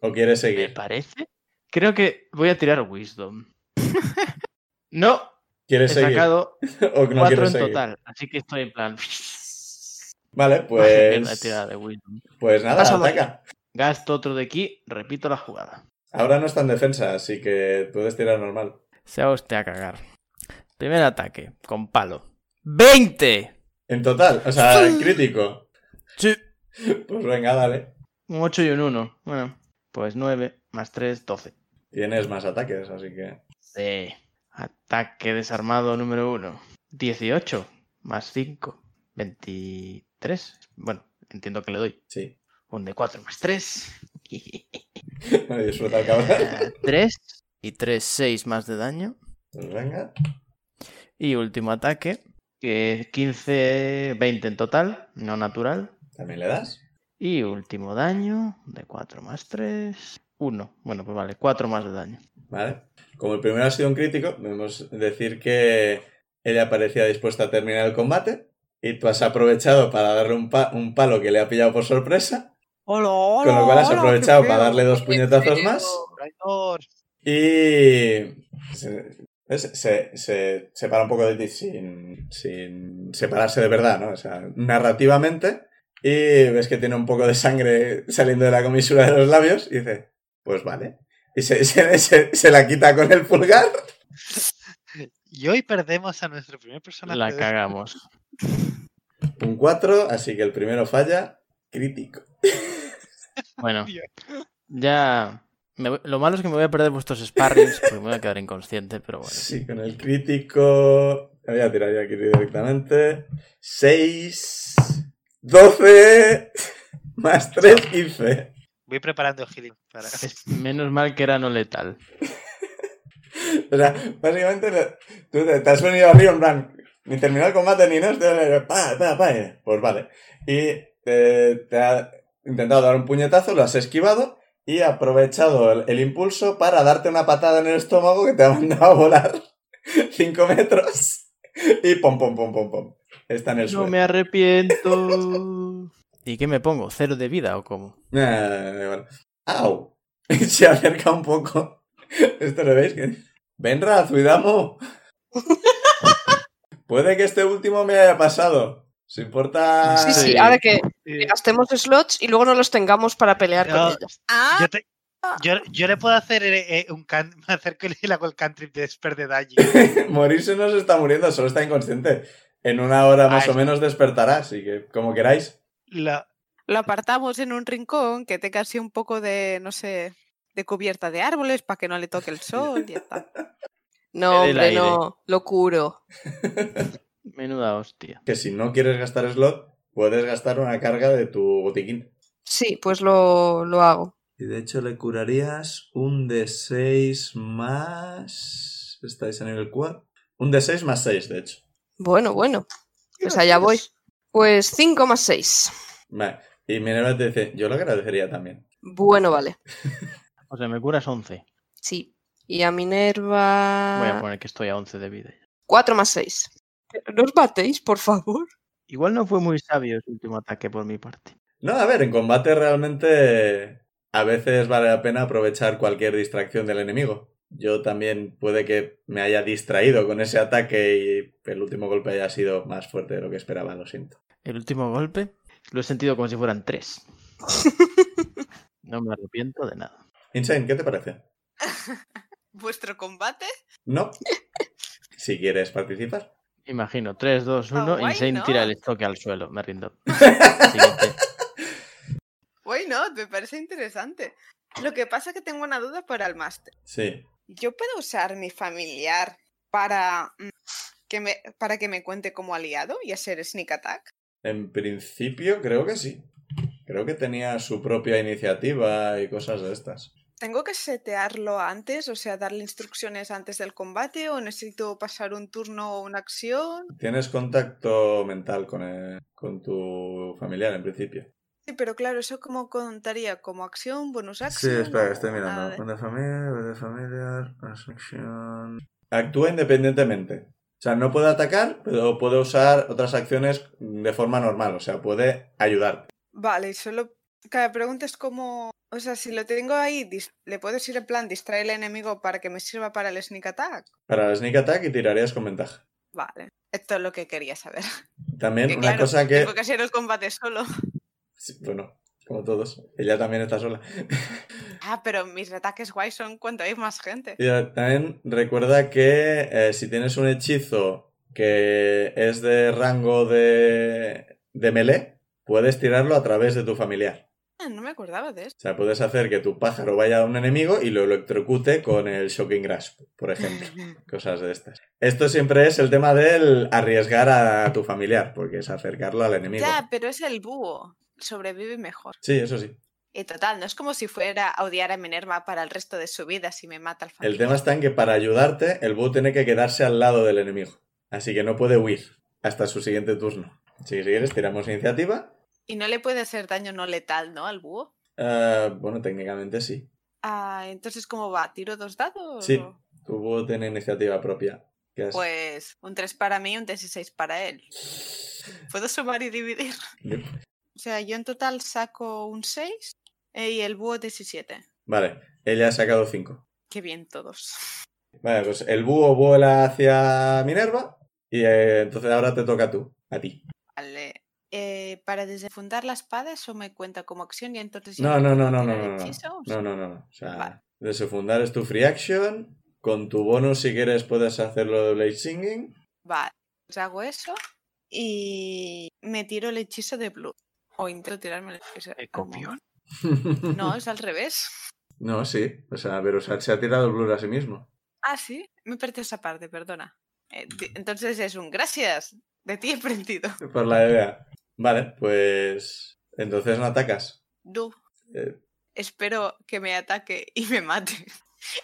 S1: ¿O quieres
S2: ¿Me
S1: seguir?
S2: parece? Creo que voy a tirar Wisdom. No, he
S1: ¿Quieres seguir?
S2: sacado
S1: ¿O no
S2: cuatro
S1: quieres
S2: en
S1: seguir?
S2: total. Así que estoy en plan.
S1: Vale,
S2: Mierda,
S1: pues,
S2: tirada de Wisdom.
S1: pues nada,
S2: Pásalo.
S1: ataca.
S2: Gasto otro de aquí, repito la jugada.
S1: Ahora no está en defensa, así que puedes tirar normal.
S8: Se va usted a cagar. Primer ataque. Con palo. ¡20!
S1: En total, o sea, en crítico.
S8: Sí.
S1: Pues venga, dale.
S2: Un 8 y un 1. Bueno, pues 9 más 3, 12.
S1: Tienes más ataques, así que...
S2: Sí. Ataque desarmado número 1. 18 más 5, 23. Bueno, entiendo que le doy.
S1: Sí.
S2: Un de 4 más 3.
S1: Disfruta, cabrón.
S2: 3.
S8: Y 3, 6 más de daño.
S1: Pues venga.
S8: Y último ataque.
S2: 15, 20 en total, no natural.
S1: ¿También le das?
S2: Y último daño, de 4 más 3, 1. Bueno, pues vale, 4 más de daño.
S1: ¿Vale? Como el primero ha sido un crítico, debemos decir que ella parecía dispuesta a terminar el combate y tú has aprovechado para darle un, pa- un palo que le ha pillado por sorpresa,
S3: Hola,
S1: con lo cual has aprovechado para darle dos puñetazos más
S3: Traidor.
S1: y... Se, ¿ves? se, se separa un poco de ti sin, sin separarse de verdad, ¿no? O sea, narrativamente y ves que tiene un poco de sangre saliendo de la comisura de los labios y dice, pues vale. Y se- se- se- se la quita con el pulgar.
S3: Y hoy perdemos a nuestro primer personaje.
S2: La
S3: de-
S2: cagamos.
S1: Un 4, así que el primero falla. Crítico.
S8: Bueno,
S3: Dios.
S8: ya. me voy- Lo malo es que me voy a perder vuestros sparrings porque me voy a quedar inconsciente, pero bueno.
S1: Sí, con el crítico. Me voy a tirar ya aquí directamente. 6, 12, más 3, 15.
S3: Voy preparando el healing para.
S2: Es- menos mal que era no letal.
S1: O sea, básicamente le- tú te, te has venido arriba en plan. Ni terminó el combate ni no, estoy- pa, pa, pa, eh. Pues vale. Y eh, te ha intentado dar un puñetazo, lo has esquivado y ha aprovechado el, el impulso para darte una patada en el estómago que te ha mandado a volar 5 metros y pom, pom, pom, pom, pom. Está en el
S2: No
S1: suelo.
S2: me arrepiento.
S8: ¿Y qué me pongo? ¿Cero de vida o cómo?
S1: Ah, igual. ¡Au! Se acerca un poco. ¿Esto lo veis? Que- Benra, Zuidamo. Puede que este último me haya pasado. ¿Se importa?
S5: Sí, sí,
S2: sí.
S5: ahora que
S3: Sí.
S5: que gastemos slots y luego no los tengamos para pelear
S3: No,
S5: con ellos.
S4: Ah,
S3: Yo, te- yo- yo le puedo hacer eh, eh, un can, me acerco y le hago el cantrip de Esper de Daji.
S1: Morirse no se está muriendo, solo está inconsciente. En una hora más
S5: Ah,
S1: o
S3: Ay.
S1: menos despertará, así que como queráis.
S3: La-
S4: lo apartamos en un rincón que tenga así un poco de, no sé, de cubierta de árboles para que no le toque el sol y ya está.
S5: No,
S8: Me dé el
S5: hombre,
S8: aire.
S5: no, lo curo.
S8: Menuda hostia.
S1: Que si no quieres gastar slot, puedes gastar una carga de tu botiquín.
S5: Sí, pues lo, lo hago.
S1: Y de hecho le curarías un D6 más... ¿Estáis en el cuadro? Un D6 más 6, de hecho.
S5: Bueno, bueno, pues allá voy. Pues 5 más 6.
S1: Vale. Y Minerva te dice, yo lo agradecería también.
S5: Bueno, vale.
S8: O sea, me curas 11.
S5: Sí. Y
S8: Voy a
S5: a
S4: Ah.
S5: Minerva...
S8: poner que estoy a 11 de vida.
S5: 4 más 6. No os matéis, por favor.
S8: Igual no fue muy sabio ese último ataque por mi parte.
S1: No, a ver, en combate realmente a veces vale la pena aprovechar cualquier distracción del enemigo. Yo también puede que me haya distraído con ese ataque y el último golpe haya sido más fuerte de lo que esperaba, lo siento.
S8: El último golpe lo he sentido como si fueran tres. No me arrepiento de nada.
S1: Insane, ¿qué te parece?
S4: ¿Vuestro combate?
S1: No. Si quieres participar.
S8: Imagino, 3, 2, 1,
S4: Ah, guay,
S8: Insane
S4: ¿no?
S8: tira el estoque al suelo. Me rindo. Siguiente.
S4: Why not? Me parece interesante. Lo que pasa es que tengo una duda para el máster.
S1: Sí.
S4: ¿Yo puedo usar mi familiar para mm, que me, para que me cuente como aliado y hacer sneak attack?
S1: En principio creo que sí. Creo que tenía su propia iniciativa y cosas de estas.
S4: ¿Tengo que setearlo antes? O sea, darle instrucciones antes del combate o necesito pasar un turno o una acción.
S1: Tienes contacto mental con, eh, con tu familiar en principio.
S4: Sí, pero claro, eso como contaría como acción, bonus
S1: Sí,
S4: acción.
S1: espera,
S4: o
S1: que estoy
S4: nada
S1: mirando.
S4: de-
S1: Una familia, una familia, una sección. Actúa independientemente. O sea, no puede atacar, pero puede usar otras acciones de forma normal. O sea, puede ayudarte.
S4: Vale, y solo cada pregunta es como, o sea, si lo tengo ahí, dis- le puedo decir en plan distraer al enemigo para que me sirva para el sneak attack.
S1: Para el sneak attack y tirarías con ventaja.
S4: Vale, esto es lo que quería saber.
S1: También
S4: Que
S1: una
S4: claro,
S1: cosa que.
S4: Tengo que hacer el combate solo.
S1: Sí, bueno, como todos. Ella también está sola.
S4: Ah, pero mis ataques guays son cuando hay más gente.
S1: Y también recuerda que eh, si tienes un hechizo que es de rango de, de melee, puedes tirarlo a través de tu familiar.
S4: Ah, no me acordaba de eso.
S1: O sea, puedes hacer que tu pájaro vaya a un enemigo y lo electrocute con el Shocking Grasp, por ejemplo. Cosas de estas. Esto siempre es el tema del arriesgar a tu familiar, porque es acercarlo al enemigo.
S4: Ya, pero es el búho. Sobrevive mejor.
S1: Sí, eso sí.
S4: Y total, no es como si fuera a odiar a Minerva para el resto de su vida si me mata al
S1: El
S4: familiar.
S1: tema está en que para ayudarte, el búho tiene que quedarse al lado del enemigo. Así que no puede huir hasta su siguiente turno. Si quieres, tiramos iniciativa.
S4: Y no le puede hacer daño no letal, ¿no? Al búho.
S1: Eh, bueno, técnicamente sí.
S4: Ah, entonces, ¿cómo va? ¿Tiro dos dados?
S1: Sí,
S4: o?
S1: tu búho tiene iniciativa propia. ¿Qué haces?
S4: Pues un 3 para mí y un 16 para él. Puedo sumar y dividir.
S1: Yep.
S4: O sea, yo en total saco un 6 y el búho 17.
S1: Vale, ella ha sacado 5.
S4: Qué bien todos.
S1: Vale, pues el búho vuela hacia Minerva y eh, entonces ahora te toca tú, a ti.
S4: Vale. Eh, para desenfundar la espada, eso me cuenta como acción y entonces. ya
S1: No, no, no, no,
S4: puedo
S1: no,
S4: tirar
S1: no, no.
S4: hechizos.
S1: No, no, no, no. O sea,
S4: Vale.
S1: desfundar es tu free action. Con tu bonus, si quieres, puedes hacerlo de Blade Singing.
S4: Vale. Pues hago eso y me tiro el hechizo de blue. O intento tirarme el hechizo.
S2: ¿El copión?
S4: No, es al revés.
S1: No, sí. O sea, pero o sea, se ha tirado el blur a sí mismo.
S4: Ah, sí. Me perdí esa parte, perdona. Eh, di- entonces es un gracias. De ti he aprendido.
S1: Por la idea. Vale, pues. Entonces no atacas.
S4: Du,
S1: Eh.
S4: espero que me ataque y me mate.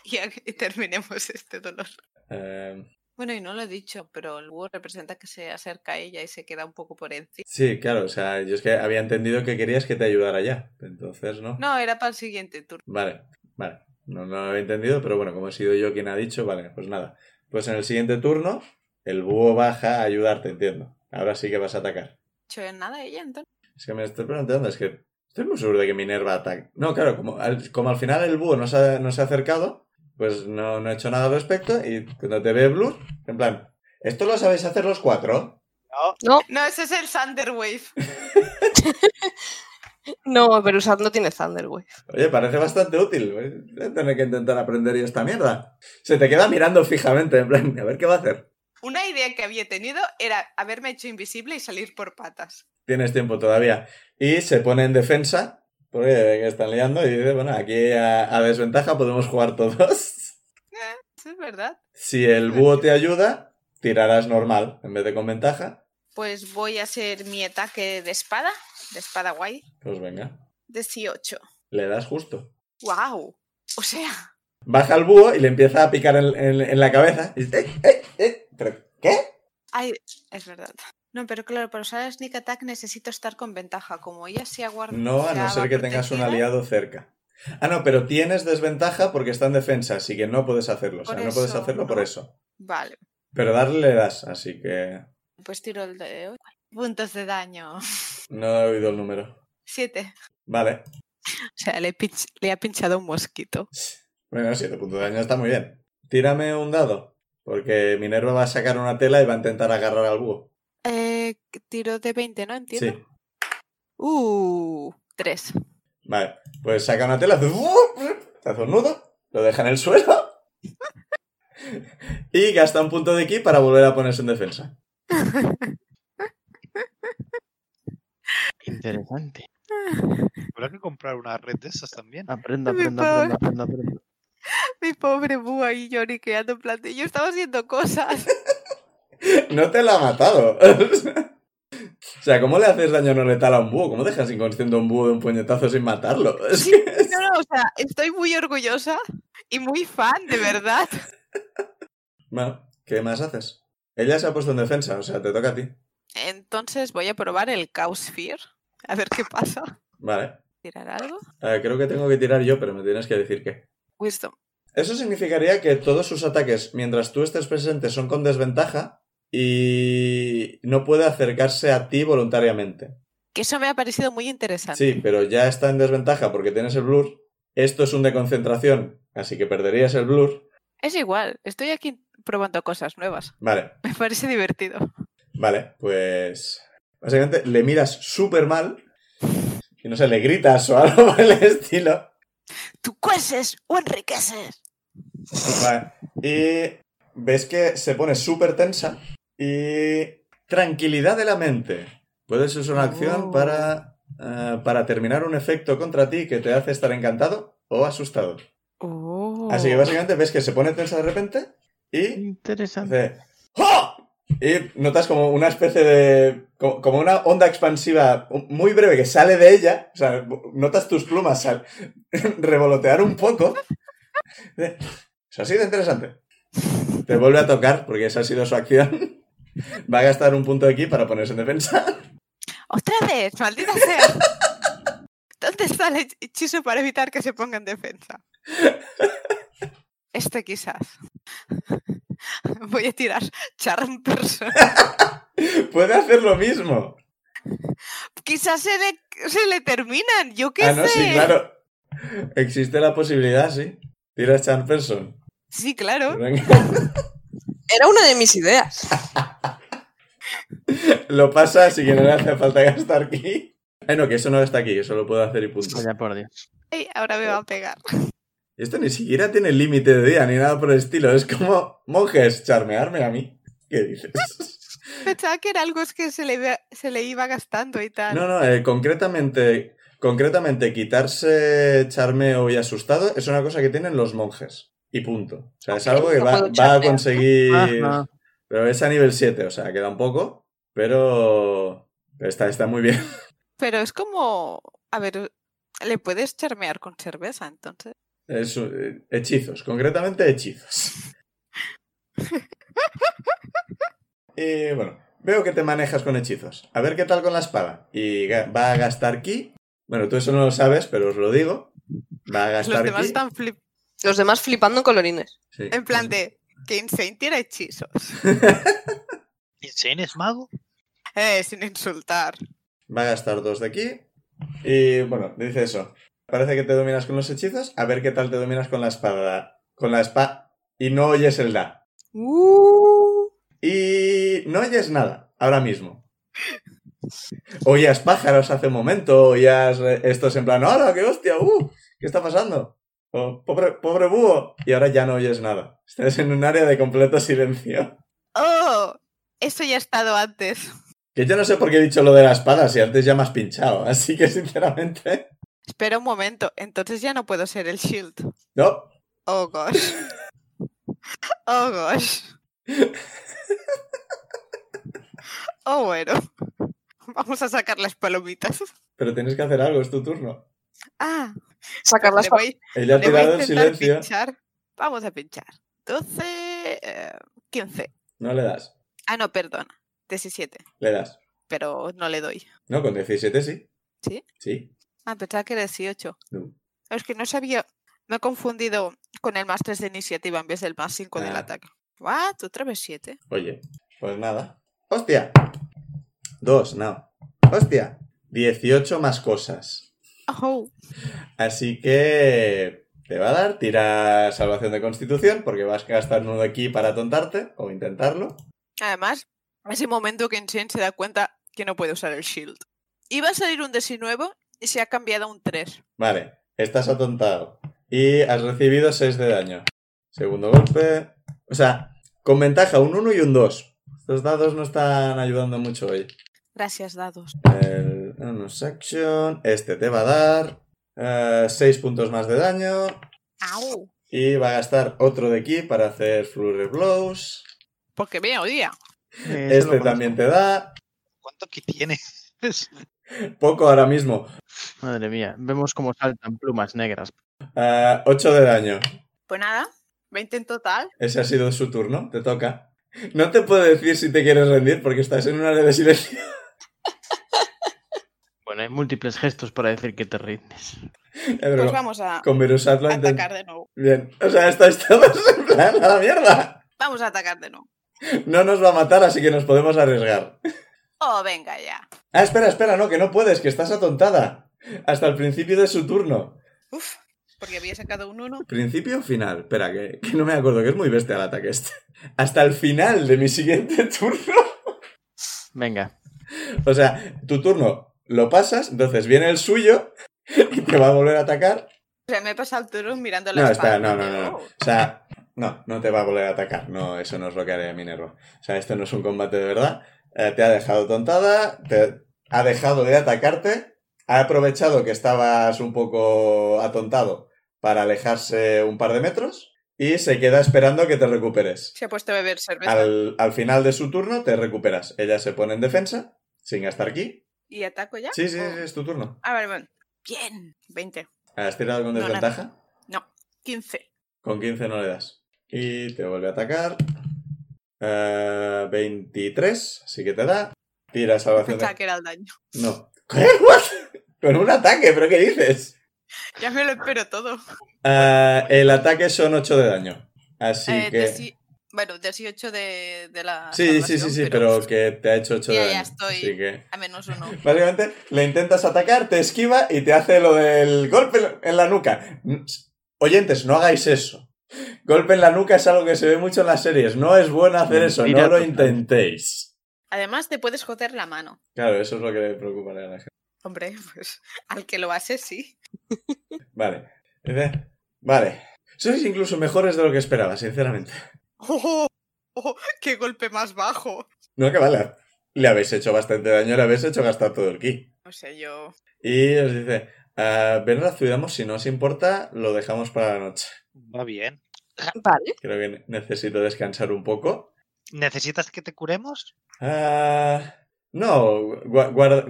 S4: Y, a- y terminemos este dolor.
S1: Eh,
S4: Bueno, y no lo he dicho, pero el búho representa que se acerca a ella y se queda un poco por encima.
S1: Sí, claro, o sea, yo es que había entendido que querías que te ayudara ya, entonces no.
S4: No, era para el siguiente turno.
S1: Vale, vale, no, no lo había entendido, pero bueno, como he sido yo quien ha dicho, vale, pues nada. Pues en el siguiente turno, el búho baja a ayudarte, entiendo. Ahora sí que vas a atacar.
S4: hecho en nada ella, entonces.
S1: Es que me estoy preguntando, es que estoy muy seguro de que Minerva ataca. No, claro, como al, como al final el búho no se ha, no se ha acercado, pues no, no he hecho nada al respecto y cuando te ve Blur, en plan, ¿esto lo sabéis hacer los cuatro?
S5: No,
S4: No, ese es el Thunder Wave.
S5: no, pero usar no tiene Thunder, güey.
S1: Oye, parece bastante útil. Voy a tener que intentar aprender yo esta mierda. Se te queda mirando fijamente, en plan, a ver qué va a hacer.
S4: Una idea que había tenido era haberme hecho invisible y salir por patas.
S1: Tienes tiempo todavía. Y se pone en defensa, porque ve que están liando y dice, bueno, aquí a, a desventaja podemos jugar todos.
S4: Eso es verdad.
S1: Si el búho te ayuda, tirarás normal en vez de con ventaja.
S4: Pues voy a hacer mi ataque de espada, de espada guay.
S1: Pues venga,
S4: 18.
S1: le das justo.
S4: ¡Wow! O sea,
S1: Baja el búho y le empieza a picar en, en- en la cabeza. Y dice, "Eh, eh, eh". ¿Pero ¿Qué?
S4: ay, es verdad. No, pero claro, para usar el sneak attack necesito estar con ventaja. Como ella se aguarda.
S1: No, a no ser que tengas un aliado cerca. Ah, no, pero tienes desventaja porque está en defensa, así que no puedes hacerlo. O sea,
S4: Por
S1: no puedes
S4: eso,
S1: hacerlo
S4: ¿no?
S1: por eso.
S4: Vale,
S1: Pero darle le das, así que
S4: pues tiro el de hoy. Puntos de daño.
S1: no he oído el número.
S4: 7.
S1: Vale.
S4: O sea, le, he pinch- le ha pinchado un mosquito.
S1: Bueno, 7 puntos de daño está muy bien. Tírame un dado, porque Minerva va a sacar una tela y va a intentar agarrar al búho.
S4: Eh, tiro de 20, ¿no? Entiendo.
S1: Sí.
S4: Uh, 3.
S1: Vale, pues saca una tela, hace, te hace un nudo, lo deja en el suelo y gasta un punto de ki para volver a ponerse en defensa.
S8: Interesante.
S3: Habrá que comprar una red de esas también.
S1: Ah.
S8: Aprendo,
S4: Mi
S8: aprendo,
S4: pobre.
S8: aprendo, aprendo, aprendo.
S4: Mi pobre búho ahí lloriqueando en plan de, yo estaba haciendo cosas.
S1: No te la ha matado. o sea, ¿cómo le haces daño no letal a un búho? ¿Cómo dejas inconsciente a un búho de un puñetazo sin matarlo? Es
S4: Sí,
S1: que-
S4: no, no, o sea, estoy muy orgullosa y muy fan, de verdad.
S1: Bueno, ¿qué más haces? Ella se ha puesto en defensa, o sea, te toca a ti.
S4: Entonces voy a probar el Chaos Sphere, a ver qué pasa.
S1: Vale.
S4: ¿Tirar algo?
S1: Eh, creo que tengo que tirar yo, pero me tienes que decir qué.
S4: Wisdom.
S1: Eso significaría que todos sus ataques, mientras tú estés presente, son con desventaja y no puede acercarse a ti voluntariamente.
S4: Que eso me ha parecido muy interesante.
S1: Sí, pero ya está en desventaja porque tienes el blur. Esto es un de concentración, así que perderías el blur.
S4: Es igual, estoy aquí probando cosas nuevas.
S1: Vale,
S4: Me parece divertido.
S1: vale, pues... Básicamente le miras súper mal y no sé, le gritas o algo por el estilo.
S4: ¿Tú cueces o enriqueces?
S1: Vale. Y ves que se pone súper tensa y tranquilidad de la mente. Puedes usar una acción
S4: Oh.
S1: para, eh, para terminar un efecto contra ti que te hace estar encantado o asustado. Así que
S4: Oh.
S1: básicamente ves que se pone tensa de repente y
S8: Interesante.
S1: hace ¡Ja! Y notas como una especie de... co- como una onda expansiva muy breve que sale de ella. O sea, notas tus plumas sal- revolotear un poco. Eso ha sido interesante. Te vuelve a tocar porque esa ha sido su acción. Va a gastar un punto aquí para ponerse en defensa.
S4: ¡Otra vez! ¡Maldita sea! ¿Dónde está el hech- hechizo para evitar que se ponga en defensa? Este quizás. Voy a tirar Charm Person.
S1: Puede hacer lo mismo.
S4: Quizás se le, se le terminan, yo qué
S1: Ah, no,
S4: sé.
S1: sí, claro. Existe la posibilidad, sí. Tira Charm Person.
S4: Sí, claro.
S1: Venga.
S5: Era una de mis ideas.
S1: Lo pasa, así que no le hace falta gastar aquí. Ah, no, que eso no está aquí, eso lo puedo hacer y punto.
S8: Vaya por Dios.
S4: Ey, ahora me va a pegar.
S1: Esto ni siquiera tiene límite de día ni nada por el estilo. Es como monjes, charmearme a mí. ¿Qué dices?
S4: Pensaba que era algo es que se le, iba- se le iba gastando y tal.
S1: No, no, eh, concretamente, concretamente quitarse charmeo y asustado es una cosa que tienen los monjes. Y punto. O sea, es algo que
S5: Ah, no
S1: va,
S5: puedo
S1: va a
S5: charmear, ¿no?
S1: conseguir.
S8: Ajá.
S1: Pero es a nivel 7, o sea, queda un poco. Pero está, está muy bien.
S4: Pero es como... A ver, ¿le puedes charmear con cerveza entonces?
S1: Es, eh, hechizos, concretamente hechizos. Y bueno, veo que te manejas con hechizos. A ver qué tal con la espada. Y ga- va a gastar ki. Bueno, tú eso no lo sabes, pero os lo digo. Va a
S4: Los
S1: gastar
S4: demás
S1: ki.
S4: están flip...
S5: Los demás flipando en colorines.
S1: Sí.
S4: En plan de... Que Insane tiene hechizos.
S3: ¿Insane es mago?
S4: Eh, sin insultar.
S1: Va a gastar dos de aquí. Y bueno, dice eso. Parece que te dominas con los hechizos. A ver qué tal te dominas con la espada. Con la espada. Y no oyes el da. Y no oyes nada, ahora mismo. Oías pájaros hace un momento, oías eh, estos en plan, ¡ahora, qué hostia! ¡Uh! ¿Qué está pasando? O, pobre, pobre búho. Y ahora ya no oyes nada. Estás en un área de completo silencio.
S4: ¡Oh! Eso ya ha estado antes.
S1: Que yo no sé por qué he dicho lo de la espada, si antes ya me has pinchado. Así que, sinceramente,
S4: Espera un momento. Entonces ya no puedo ser el shield.
S1: no.
S4: Oh, gosh. Oh, gosh. Oh, bueno. Vamos a sacar las palomitas.
S1: Pero tienes que hacer algo, es tu turno.
S4: Ah,
S5: Sacar las
S4: le voy,
S1: Ella ha
S4: le voy a
S1: tirado en
S4: intentar
S1: silencio.
S4: pinchar. Vamos a pinchar. 12... eh, 15.
S1: No le das.
S4: Ah, no, perdona. 17.
S1: Le das.
S4: Pero no le doy.
S1: No, con 17 sí.
S4: ¿Sí?
S1: Sí.
S4: Ah, pensaba que era 18.
S1: No.
S4: Es que no sabía. Me he confundido con el más 3 de iniciativa en vez del más 5 del
S1: Ah.
S4: ataque. What? Otra vez 7.
S1: Oye, pues nada. ¡Hostia! Dos, no. ¡Hostia! 18 más cosas.
S4: Oh,
S1: Así que te va a dar, tira salvación de constitución, porque vas a gastar uno de aquí para tontarte, o intentarlo.
S4: Además, ese momento que Insane se da cuenta que no puede usar el shield. Iba a salir un 19 y se ha cambiado a un 3.
S1: Vale, estás atontado. Y has recibido 6 de daño. Segundo golpe. O sea, con ventaja, un 1 y un 2. Estos dados no están ayudando mucho hoy.
S4: Gracias, dados.
S1: El bonus action. Este te va a dar 6 puntos más de daño.
S4: Au.
S1: Y va a gastar otro de aquí para hacer Flurry Blows.
S4: Porque me odia.
S2: Eh, eso
S1: Este
S2: lo conozco.
S1: también te da.
S3: ¿Cuánto que tienes?
S1: Poco ahora mismo.
S8: Madre mía, vemos cómo saltan plumas negras.
S1: 8 eh, de daño.
S4: Pues nada, 20 en total.
S1: Ese ha sido su turno. Te toca. No te puedo decir si te quieres rendir porque estás en un área de silencio.
S8: Bueno, hay múltiples gestos para decir que te rindes.
S1: Eh, pero
S4: Pues
S1: con-
S4: vamos a
S1: Con Verusat lo ha intent-
S4: atacar de nuevo.
S1: Bien. O sea, está, estamos en plan a la mierda.
S4: Vamos a atacar de nuevo.
S1: No nos va a matar, así que nos podemos arriesgar.
S4: Oh, venga ya.
S1: Ah, espera, espera, no, que no puedes, que estás atontada. Hasta el principio de su turno.
S4: Uf, porque había sacado un 1.
S1: ¿Principio o final? Espera, que, que no me acuerdo, que es muy bestia el ataque este. Hasta el final de mi siguiente turno.
S8: Venga,
S1: O sea, tu turno lo pasas, entonces viene el suyo y te va a volver a atacar.
S4: O sea, me he pasado el turno mirando la
S1: No,
S4: espada. "Oh,
S1: espera, no, no, no. no. O sea, no, no te va a volver a atacar. No, eso no es lo que haré Minerva. O sea, esto no es un combate de verdad. Eh, te ha dejado tontada, te ha dejado de atacarte, ha aprovechado que estabas un poco atontado para alejarse un par de metros y se queda esperando que te recuperes.
S4: Se ha puesto a beber cerveza
S1: Al, al final de su turno te recuperas. Ella se pone en defensa, sin gastar aquí.
S4: y ataco ya.
S1: Sí, sí,
S4: ¿O?
S1: sí, es tu turno.
S4: A ver, bueno. Bien. 20.
S1: ¿Has tirado con
S4: No, nada.
S1: desventaja?
S4: 15.
S1: Con 15 no le das. Y te vuelve a atacar. Eh, 23, así que te da. Tira salvación.
S4: Pensaba
S1: De...
S4: que era el daño.
S1: No. ¿Qué? What? Con un ataque, ¿pero qué dices?
S4: Ya me lo espero todo.
S1: Eh, el ataque son 8 de daño. Así
S4: Eh,
S1: que. Sí,
S4: deci- Bueno, 18 de, de la.
S1: sí, sí, sí,
S4: salvación,
S1: pero... que te ha hecho 8
S4: Ya,
S1: de
S4: ya
S1: daño.
S4: estoy.
S1: Así que.
S4: A menos uno.
S1: Básicamente, le intentas atacar, te esquiva y te hace lo del golpe en la nuca. Oyentes, no hagáis eso. Golpe en la nuca es algo que se ve mucho en las series. No es bueno hacer eso,
S8: Mentira
S1: no lo
S8: total.
S1: intentéis.
S4: Además, te puedes joder la mano.
S1: Claro, eso es lo que le preocupa a la gente.
S4: Hombre, pues al que lo hace, sí.
S1: Vale. Dice, Vale. Sois incluso mejores de lo que esperaba, sinceramente.
S4: ¡Oh! oh, ¡Qué golpe más bajo!
S1: No, que vale. Le habéis hecho bastante daño, le habéis hecho gastar todo el ki.
S4: No sé, yo.
S1: Y os dice, "Ah, ven, la cuidamos, si no os importa, lo dejamos para la noche.
S3: Va bien.
S5: Vale.
S1: Creo que ne- necesito descansar un poco.
S3: ¿Necesitas que te curemos?
S1: Ah, no, gua- guar-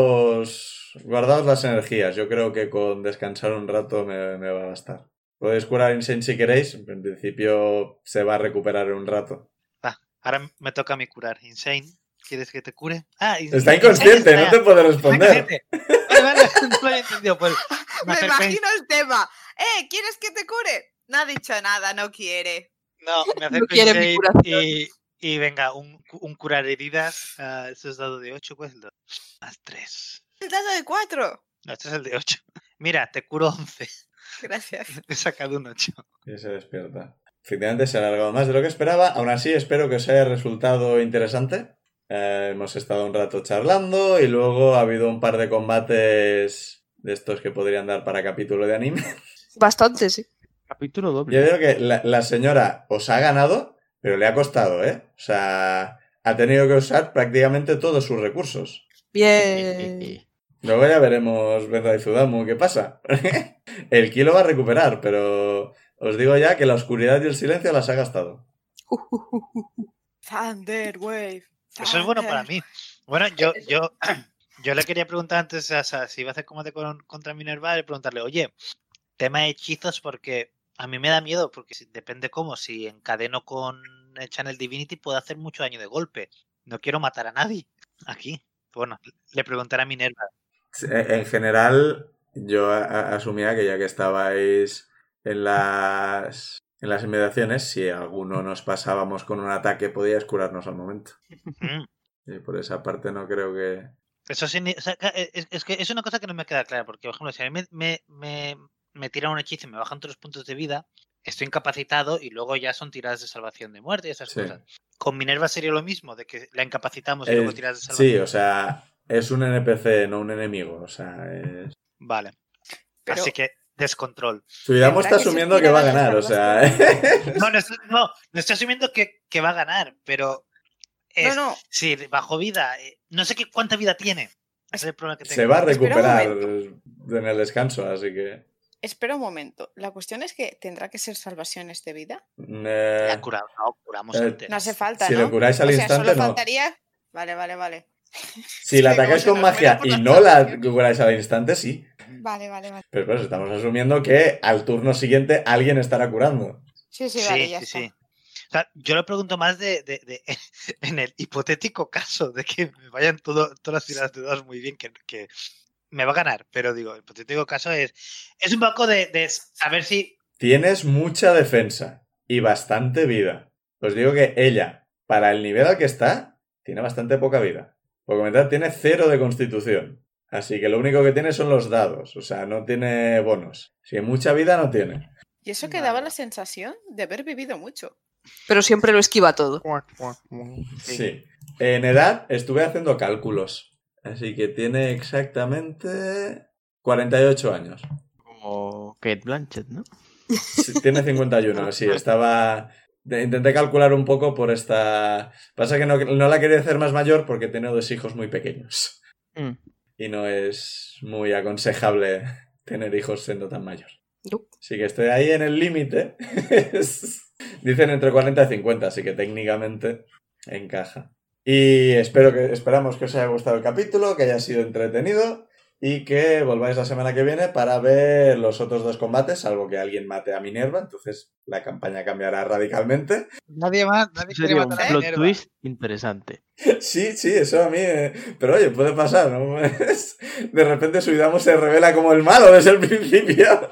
S1: guardaos, guardaos las energías. Yo creo que con descansar un rato me, me va a bastar. Podéis curar a Insane si queréis. En principio se va a recuperar en un rato.
S3: Ahora me toca a mí curar. Insane, ¿quieres que te cure? Ah, Insane-
S1: Está
S3: Insane
S1: inconsciente,
S3: está
S1: no te
S3: ya.
S1: puedo
S3: Está
S1: responder.
S3: inconsciente. Vale, vale, no lo había entendido. Pues me
S4: Me
S3: acerqué.
S4: imagino el tema. ¿Eh? ¿Quieres que te cure? No ha dicho nada, no quiere.
S3: No, me acerco a
S5: quiere mi
S3: Insane
S5: curación.
S3: y, y venga, un, cu- un curar heridas. ah, eso es dado de 8, pues dos. Más 3.
S4: El dado de cuatro.
S3: No, este es el de 8. Mira, te curo 11.
S4: Gracias.
S3: He sacado un 8.
S1: Y se despierta. Efectivamente, se ha alargado más de lo que esperaba. Aún así, espero que os haya resultado interesante. Eh, hemos estado un rato charlando y luego ha habido un par de combates de estos que podrían dar para capítulo de anime.
S5: Bastante, sí.
S8: Capítulo doble.
S1: Yo creo que la, la señora os ha ganado, pero le ha costado, ¿eh? O sea, ha tenido que usar prácticamente todos sus recursos.
S5: Bien.
S1: Luego ya veremos, Benra y Zudamu, qué pasa. el kilo va a recuperar, pero os digo ya que la oscuridad y el silencio las ha gastado.
S5: Uh,
S4: Thunder Wave.
S3: Eso
S5: Ah,
S3: es bueno para
S4: Thunder.
S3: mí. Bueno, yo, yo, yo le quería preguntar antes a Sasa si iba a hacer combate con- contra Minerva y preguntarle, oye, tema de hechizos, porque a mí me da miedo, porque si- depende cómo, si encadeno con el Channel Divinity puedo hacer mucho daño de golpe. No quiero matar a nadie aquí. Bueno, le preguntaré a Minerva.
S1: Sí, e- En general, yo a- a- asumía que ya que estabais en las, en las inmediaciones, si alguno nos pasábamos con un ataque, podíais curarnos al momento.
S3: Mm.
S1: Y por esa parte no creo que...
S3: Eso sí, ni- o sea, ca- e, es, es que es una cosa que no me queda clara, porque, por ejemplo, si a mí me, me, me- me tiran un hechizo y me bajan todos los puntos de vida, estoy incapacitado y luego ya son tiradas de salvación de muerte y esas
S1: Sí.
S3: cosas. Con Minerva sería lo mismo, de que la incapacitamos y
S1: Eh,
S3: luego tiradas de salvación.
S1: Sí, o sea, es un NPC, no un enemigo. O sea, es-
S3: Vale.
S4: Pero-
S3: Así que descontrol.
S1: Suidamo
S4: Tendrá
S1: está
S4: que
S1: asumiendo
S4: surgir
S1: que va a
S4: algo de
S1: ganar, o sea...
S3: No, no, estoy- no, no estoy asumiendo que, que va a ganar, pero es-
S4: No, no.
S3: sí, bajo vida. eh, No sé qué, cuánta vida tiene. Ese es el problema que tengo.
S1: Se va a
S4: Espera un
S1: recuperar en el descanso, así que...
S4: Espera un momento. La cuestión es que tendrá que ser salvaciones de vida.
S1: eh,
S3: La cura- no, curamos
S1: Eh,
S3: antes.
S4: No hace falta,
S1: si
S4: ¿no?
S1: lo curáis al
S4: o sea,
S1: instante,
S4: solo
S1: no.
S4: faltaría. Vale, vale, vale.
S1: Si la
S4: Es que
S1: atacáis
S4: como
S1: con
S4: se nos muera
S1: magia
S4: por
S1: y
S4: las
S1: no la
S4: salvaciones.
S1: curáis al instante, sí.
S4: Vale, vale, vale.
S1: Pero pues estamos asumiendo que al turno siguiente alguien estará curando.
S4: Sí, sí, vale, ya está.
S3: O sea, yo lo pregunto más de, de- de- en el hipotético caso de que me vayan todo- todas las tiradas de dados muy bien, que, que me va a ganar, pero digo, el hipotético caso es, es un poco de, de saber si...
S1: Tienes mucha defensa y bastante vida. Os digo que ella, para el nivel al que está, tiene bastante poca vida. Por comentar, tiene cero de constitución. Así que lo único que tiene son los dados. O sea, no tiene bonos. Si mucha vida no tiene.
S4: Y eso que daba
S3: Vale.
S4: la sensación de haber vivido mucho.
S5: Pero siempre lo esquiva todo.
S1: Sí. En edad estuve haciendo cálculos. Así que tiene exactamente 48 años.
S8: Como Kate Blanchett, ¿no?
S1: Sí, tiene 51, sí, estaba... de- Intenté calcular un poco por esta... Pasa que no, no la quería hacer más mayor porque tiene dos hijos muy pequeños.
S8: Mm.
S1: Y no es muy aconsejable tener hijos siendo tan mayor.
S5: Yup.
S1: Así que estoy ahí en el límite. Dicen entre 40 y 50, así que técnicamente encaja. Y espero que, esperamos que os haya gustado el capítulo, que haya sido entretenido y que volváis la semana que viene para ver los otros dos combates, salvo que alguien mate a Minerva, entonces la campaña cambiará radicalmente.
S3: Nadie más, nadie quiere
S8: Sería un
S3: matar a
S8: plot
S3: Minerva.
S8: twist interesante.
S1: Sí, sí, eso a mí... eh, Pero oye, puede pasar, ¿no? De repente Suidamo se revela como el malo desde el principio.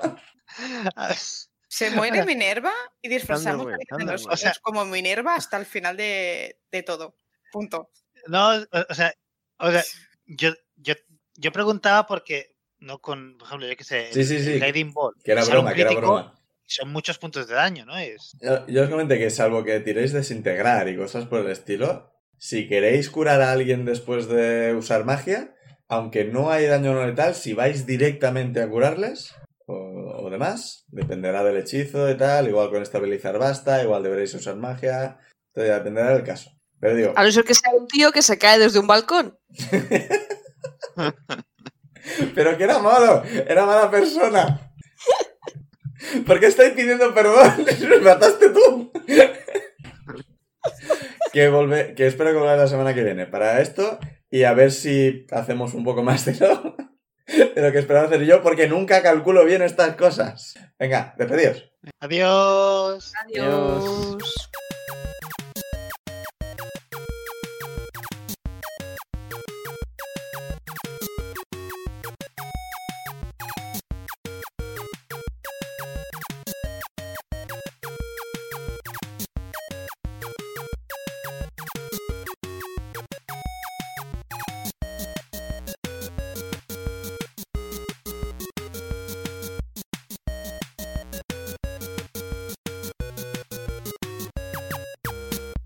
S4: Se muere Minerva y disfrazamos
S8: Thunderbolt,
S4: de
S8: Thunderbolt.
S4: nosotros
S3: O sea-
S4: como Minerva hasta el final de, de todo. Punto.
S3: No, o o sea, o sea yo, yo, yo preguntaba porque, no con, por ejemplo, yo qué sé,
S1: Sí, sí, sí.
S3: Lightning Ball,
S1: Que era
S3: sale un
S1: broma, que era
S3: crítico,
S1: broma.
S3: son muchos puntos de daño, ¿no? Es,
S1: Yo, yo os comenté que salvo que tiréis desintegrar y cosas por el estilo, si queréis curar a alguien después de usar magia, aunque no hay daño no letal, si vais directamente a curarles o, o demás, dependerá del hechizo y tal, igual con estabilizar basta, igual deberéis usar magia, entonces ya dependerá del caso. Pero digo,
S5: A no ser que sea un tío que se cae desde un balcón.
S1: pero que era malo, era mala persona. ¿Por qué estáis pidiendo perdón? ¡Me mataste tú! que, volve- que espero que volváis la semana que viene para esto y a ver si hacemos un poco más de lo, de lo que esperaba hacer yo porque nunca calculo bien estas cosas. Venga, despedidos.
S3: Adiós.
S5: Adiós.